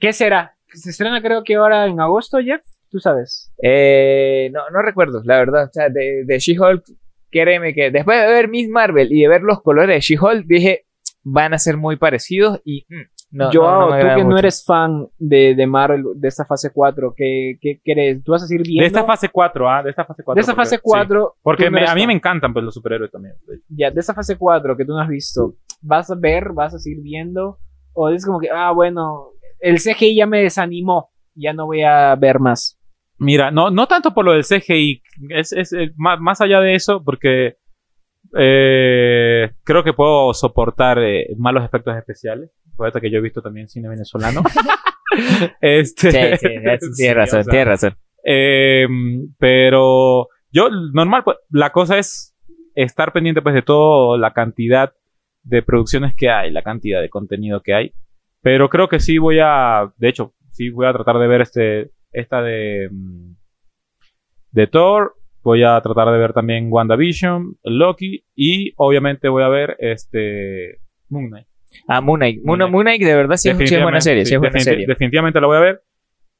¿qué será? Se estrena creo que ahora en agosto, Jeff. Tú sabes. Eh, no, no recuerdo, la verdad. O sea, de, de She-Hulk, créeme que después de ver Miss Marvel y de ver los colores de She-Hulk, dije, van a ser muy parecidos y mm, no. Yo, no, no me tú agrada que no mucho. eres fan de, de Marvel, de esta fase 4, ¿qué, qué crees? ¿Tú vas a seguir viendo? de esta fase 4, ah, de esta fase 4. De esta fase 4. Porque tú no me- eres a mí fan. me encantan pues, los superhéroes también. Ya, de esa fase 4 que tú no has visto, ¿vas a ver? ¿Vas a seguir viendo? ¿O es como que, ah, bueno, el CGI ya me desanimó, ya no voy a ver más? Mira, no, no tanto por lo del CGI, es, es, eh, más, más allá de eso, porque eh, creo que puedo soportar eh, malos efectos especiales. Fíjate que yo he visto también [LAUGHS] cine venezolano. [LAUGHS] este, [LAUGHS] Sí, sí, sí, [LAUGHS] sí, tienes razón, o sea, tienes razón. eh, pero yo, normal, pues, la cosa es estar pendiente pues de toda la cantidad de producciones que hay, la cantidad de contenido que hay. Pero creo que sí voy a, de hecho, sí voy a tratar de ver este, esta de, mm, de Thor. Voy a tratar de ver también WandaVision, Loki y obviamente voy a ver este Moon Knight. Ah, Moon Knight. Moon, Moon Knight. Moon Knight de verdad sí es, sí es buena serie. Sí, es buena definitiv- serie. Definitivamente la voy a ver.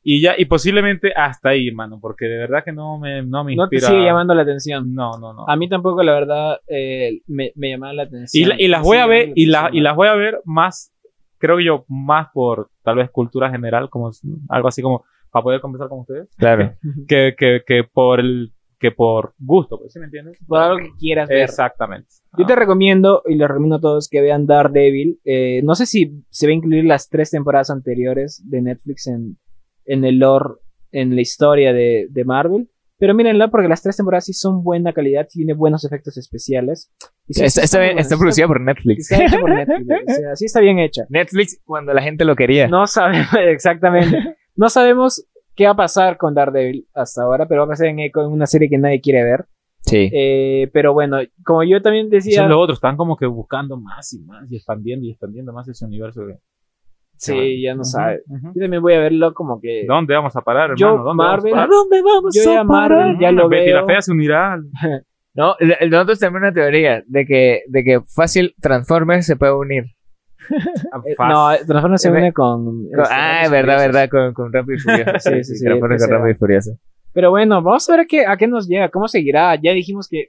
Y ya, y posiblemente hasta ahí, mano, porque de verdad que no me, no me No te inspira. sigue llamando la atención. No, no, no. A mí tampoco, la verdad, eh, me, me llamaba la atención. Y, la- y las Me voy a sigue ver, llamando y, la- y atención. las voy a ver más, creo yo, más por tal vez cultura general, como s- algo así como para poder conversar con ustedes, Claro. [LAUGHS] que, que, que por el, que por gusto, pues, ¿sí me entiendes? Por algo que quieras ver. Exactamente. Ah, Yo te recomiendo, y les recomiendo a todos que vean Daredevil. Eh, no sé si se va a incluir las tres temporadas anteriores de Netflix en, en el lore, en la historia de, de Marvel. Pero mírenla porque las tres temporadas sí son buena calidad, tiene buenos efectos especiales. Y sí, Este, Está, sí está, muy bien- buenas. está producida por Está- Netflix. está hecha por Netflix. O sea, sí está bien hecha. Netflix cuando la gente lo quería. No sabemos [LAUGHS] exactamente. No sabemos qué va a pasar con Daredevil hasta ahora, pero va a pasar en eco en una serie que nadie quiere ver. Sí. Eh, pero bueno, como yo también Eso decía... es lo otro, están como que buscando más y más y expandiendo y expandiendo más ese universo. Sí, ya no Ujú, sabe. ujú. Yo también voy a verlo como que. ¿Dónde vamos a parar, hermano? Yo, ¿Dónde Marvel, vamos a parar? dónde Ah, vamos Yo ya Marvel ya lo Betty la veo. Fea se unirá. [LAUGHS] al- No, l- nosotros tenemos una teoría de que, de que fácil Transformers se puede unir. a Eh, Fast. No, Transformers se Ve- une con. Con- este, Rápidos ah, es verdad, y verdad, con, con [LAUGHS] Rápido y Furioso. Sí, sí, sí, Transformers que con Rápido sea. y Furioso. Pero bueno, vamos a ver a qué, a qué nos llega, cómo seguirá. Ya dijimos que.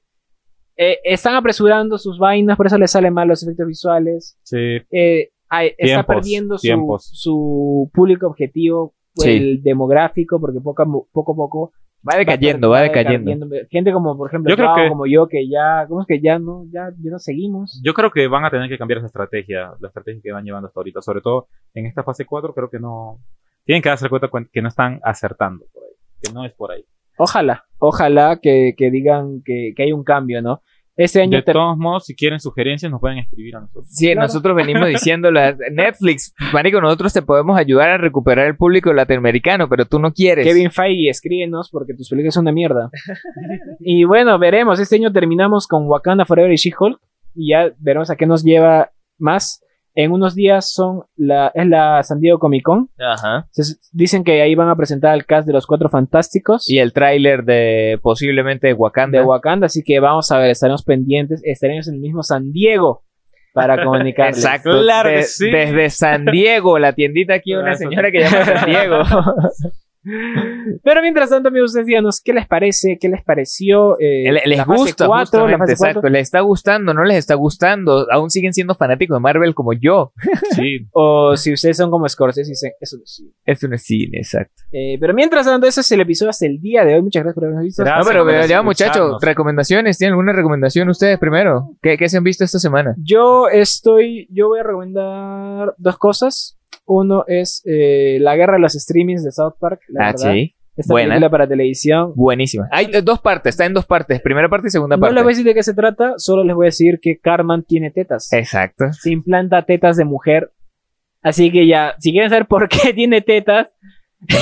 eh, están apresurando sus vainas, por eso les salen mal los efectos visuales. Sí, Eh, ay, está Tiempos, perdiendo su, tiempos. su público objetivo, pues, Sí. el demográfico, porque poco a mo- poco, a poco Va decayendo, va decayendo. decayendo. Gente como, por ejemplo, Yo creo Pau, que- como yo, que ya, ¿cómo es que ya no, ya, ya no seguimos? Yo creo que van a tener que cambiar esa estrategia, la estrategia que van llevando hasta ahorita. Sobre todo en esta fase 4, creo que no. Tienen que darse cuenta cuen- que no están acertando por ahí. Que no es por ahí. Ojalá, ojalá que, que digan que, que hay un cambio, ¿no? Este año De te- todos modos, si quieren sugerencias, nos pueden escribir a nosotros. [LAUGHS] Sí, nosotros [LAUGHS] venimos diciéndole a Netflix, marico, nosotros te podemos ayudar a recuperar el público latinoamericano, pero tú no quieres. Kevin Feige, escríbenos porque tus películas son una mierda. y bueno, veremos. Este año terminamos con Wakanda Forever y She-Hulk. Y ya veremos a qué nos lleva más. En unos días son la, es la San Diego Comic Con. Ajá. Se- dicen que ahí van a presentar al cast de los Cuatro Fantásticos Y el tráiler de posiblemente de Wakanda. de Wakanda. Así que vamos a ver, estaremos pendientes. Estaremos en el mismo San Diego [LAUGHS] para comunicarles. Exacto. Claro que De- sí. Desde San Diego, la tiendita aquí, Ah, una eso. señora que llama San [LAUGHS] Diego. [LAUGHS] Pero mientras tanto, amigos, ustedes díganos qué les parece, qué les pareció. Eh, Le- Les la fase gusta, cuatro, la justamente, fase cuatro? exacto. Les está gustando, no les está gustando. Aún siguen siendo fanáticos de Marvel como yo. Sí, O si ustedes son como Scorsese y dicen, eso no es cine". Es un cine, exacto. Eh, pero mientras tanto, ese es el episodio hasta el día de hoy. Muchas gracias por habernos visto. Gracias. No, pero por ya, escucharnos. muchachos, recomendaciones. ¿Tienen alguna recomendación ustedes primero? ¿Qué, qué se han visto esta semana? Yo estoy, yo voy a recomendar dos cosas. Uno es eh, La Guerra de los Streamings de South Park. La verdad. Esta Ah, buena. película para televisión. Buenísima. Hay eh, dos partes, está en dos partes. Primera parte y segunda No parte. les voy a decir de qué se trata, solo les voy a decir que Carmen tiene tetas. Exacto. Se implanta tetas de mujer. Así que ya, si quieren saber por qué [LAUGHS] tiene tetas,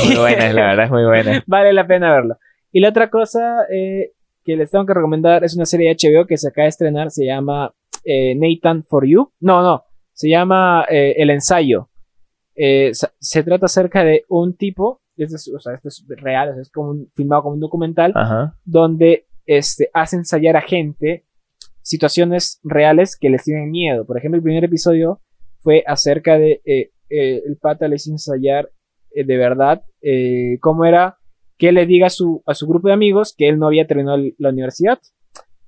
Muy buena, la verdad, es muy buena. [LAUGHS] vale la pena verlo. Y la otra cosa eh, que les tengo que recomendar es una serie de HBO que se acaba de estrenar, se llama eh, Nathan for You. No, no, se llama eh, El Ensayo. Eh, sa- se trata acerca de un tipo, este es, o sea, esto es real, o sea, es como un- filmado como un documental, Ajá. donde este, hace ensayar a gente situaciones reales que les tienen miedo. Por ejemplo, el primer episodio fue acerca de eh, eh, el pata les hizo ensayar eh, de verdad eh, cómo era que él le diga a su, a su grupo de amigos que él no había terminado el- la universidad.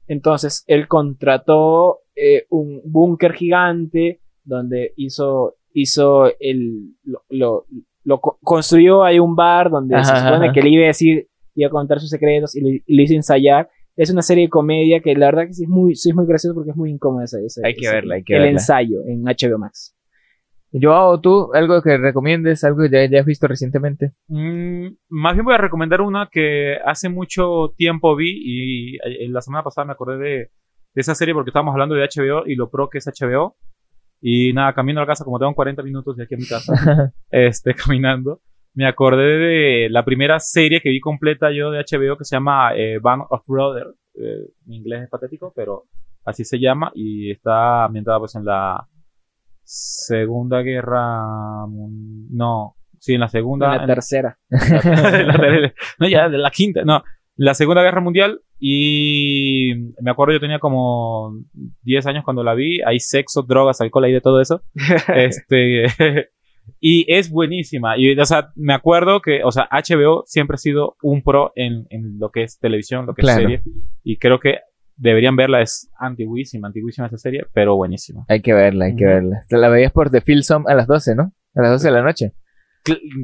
Entonces, él contrató eh, un búnker gigante donde hizo, hizo el, lo, lo- lo co- construyó ahí un bar donde Ajá, se supone ajá. que le iba a decir, iba a contar sus secretos y le, y le hizo ensayar. Es una serie de comedia que la verdad que sí es muy, sí es muy gracioso porque es muy incómoda esa. esa- Hay que esa- verla, hay que El verla. ensayo en HBO Max. Joao, tú, algo que recomiendes, algo que ya, ya has visto recientemente. Mm, más bien voy a recomendar una que hace mucho tiempo vi y eh, la semana pasada me acordé de, de esa serie porque estábamos hablando de HBO y lo pro que es HBO. Y nada, camino a la casa, como tengo 40 minutos de aquí a mi [LAUGHS] casa, este, caminando, me acordé de la primera serie que vi completa yo de HBO que se llama eh, Band of Brothers. Eh, mi inglés es patético, pero así se llama y está ambientada pues en la Segunda Guerra... Mun- No, sí, en la Segunda... Una en- tercera. [LAUGHS] la tele- no, ya, de la quinta, no. La Segunda Guerra Mundial y me acuerdo yo tenía como 10 años cuando la vi, hay sexo, drogas, alcohol, hay de todo [LAUGHS] eso. este [LAUGHS] y es buenísima y o sea, me acuerdo que, o sea, HBO siempre ha sido un pro en, en lo que es televisión, lo que Claro. es serie y creo que deberían verla, es antiguísima, antiguísima esa serie, pero buenísima. Hay que verla, hay que Ujú. verla. Te la veías por The Filsom a las 12, ¿no? A las 12 de la noche.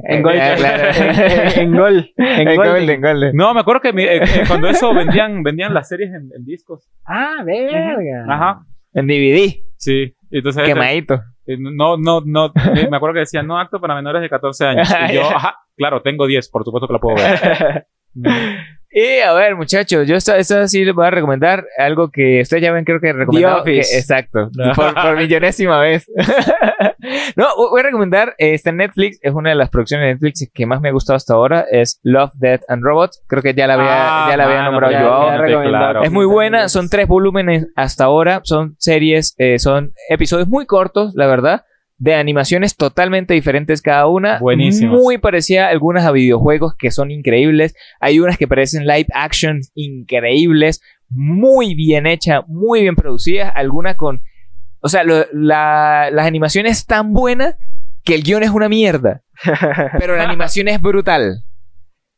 En Gol. Eh, claro. En Gol. En [LAUGHS] En Golden. Golden, Golden. [LAUGHS] No, me acuerdo que mi- eh, eh, cuando eso vendían vendían las series en, en discos. Ah, verga. Ajá. En DVD. Sí, entonces Quemadito. Eh, No, no, no. eh, Me acuerdo que decía no acto para menores de 14 [LAUGHS] años. Y yo, ajá, claro, tengo 10, por supuesto que la puedo ver. Y a ver, muchachos, yo esta, esta sí les voy a recomendar algo que ustedes ya ven, creo que recomendado. Office. que- exacto, por, por millonésima vez. [LAUGHS] no, voy voy a recomendar eh, está en Netflix, es una de las producciones de Netflix que más me ha gustado hasta ahora, es Love, Death and Robots. Creo que ya la [LAUGHS] había, Ah, ya la había mano, nombrado ya, yo. ya recomendado. Es muy buena, son tres volúmenes hasta ahora, son series, eh, son episodios muy cortos, la verdad, de animaciones totalmente diferentes cada una. Buenísimas. Muy parecida a algunas a videojuegos que son increíbles. Hay unas que parecen live action increíbles, muy bien hechas, muy bien producidas, algunas con... O sea, lo- la- las animaciones tan buenas que el guión es una mierda, pero la animación es brutal.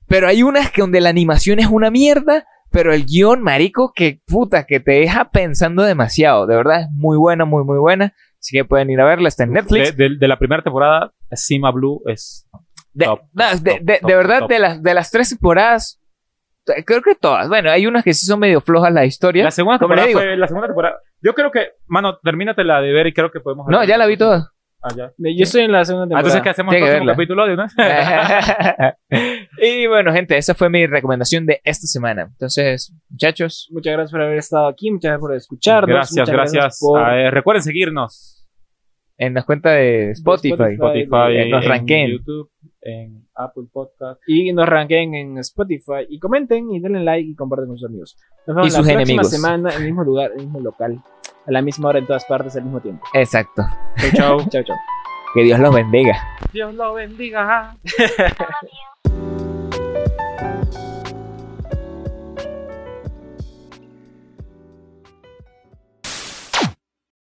Pero hay unas que donde la animación es una mierda pero el guión, marico, que puta, que te deja pensando demasiado. De verdad, es muy buena, muy, muy buena. Así que pueden ir a verla. Está en De, Netflix. de- de la primera temporada, Sima Blue es. De, top, no, top, de- top, de- top, de verdad, top. De, las, de las tres temporadas, t- creo que todas. Bueno, hay unas que sí son medio flojas la historia. La segunda Como les temporada digo. fue. La segunda temporada. Yo creo que, mano, termínatela de ver y creo que podemos. [LAUGHS] No, ya la vi toda. allá. Yo estoy en la segunda Ah, temporada. entonces, ¿qué hacemos el Tiene que próximo verla. capítulo de una? [LAUGHS] y bueno, gente, esa fue mi recomendación de esta semana. Entonces, muchachos, Muchas gracias por haber estado aquí, muchas gracias por escucharnos. Gracias, muchas gracias. por- Ah, eh. A ver, recuerden seguirnos. en las cuentas de Spotify. Spotify. Spotify, Eh, nos ranqueen. en YouTube, en Apple Podcast. Y nos ranqueen en Spotify y comenten y denle like y comparten con sus amigos. Nos vemos Y la sus próxima enemigos. semana en el mismo lugar, en el mismo local, a la misma hora en todas partes, al mismo tiempo. Exacto. [LAUGHS] Chao, chao. Chao, chao. Que Dios los bendiga. Dios lo bendiga. Todavía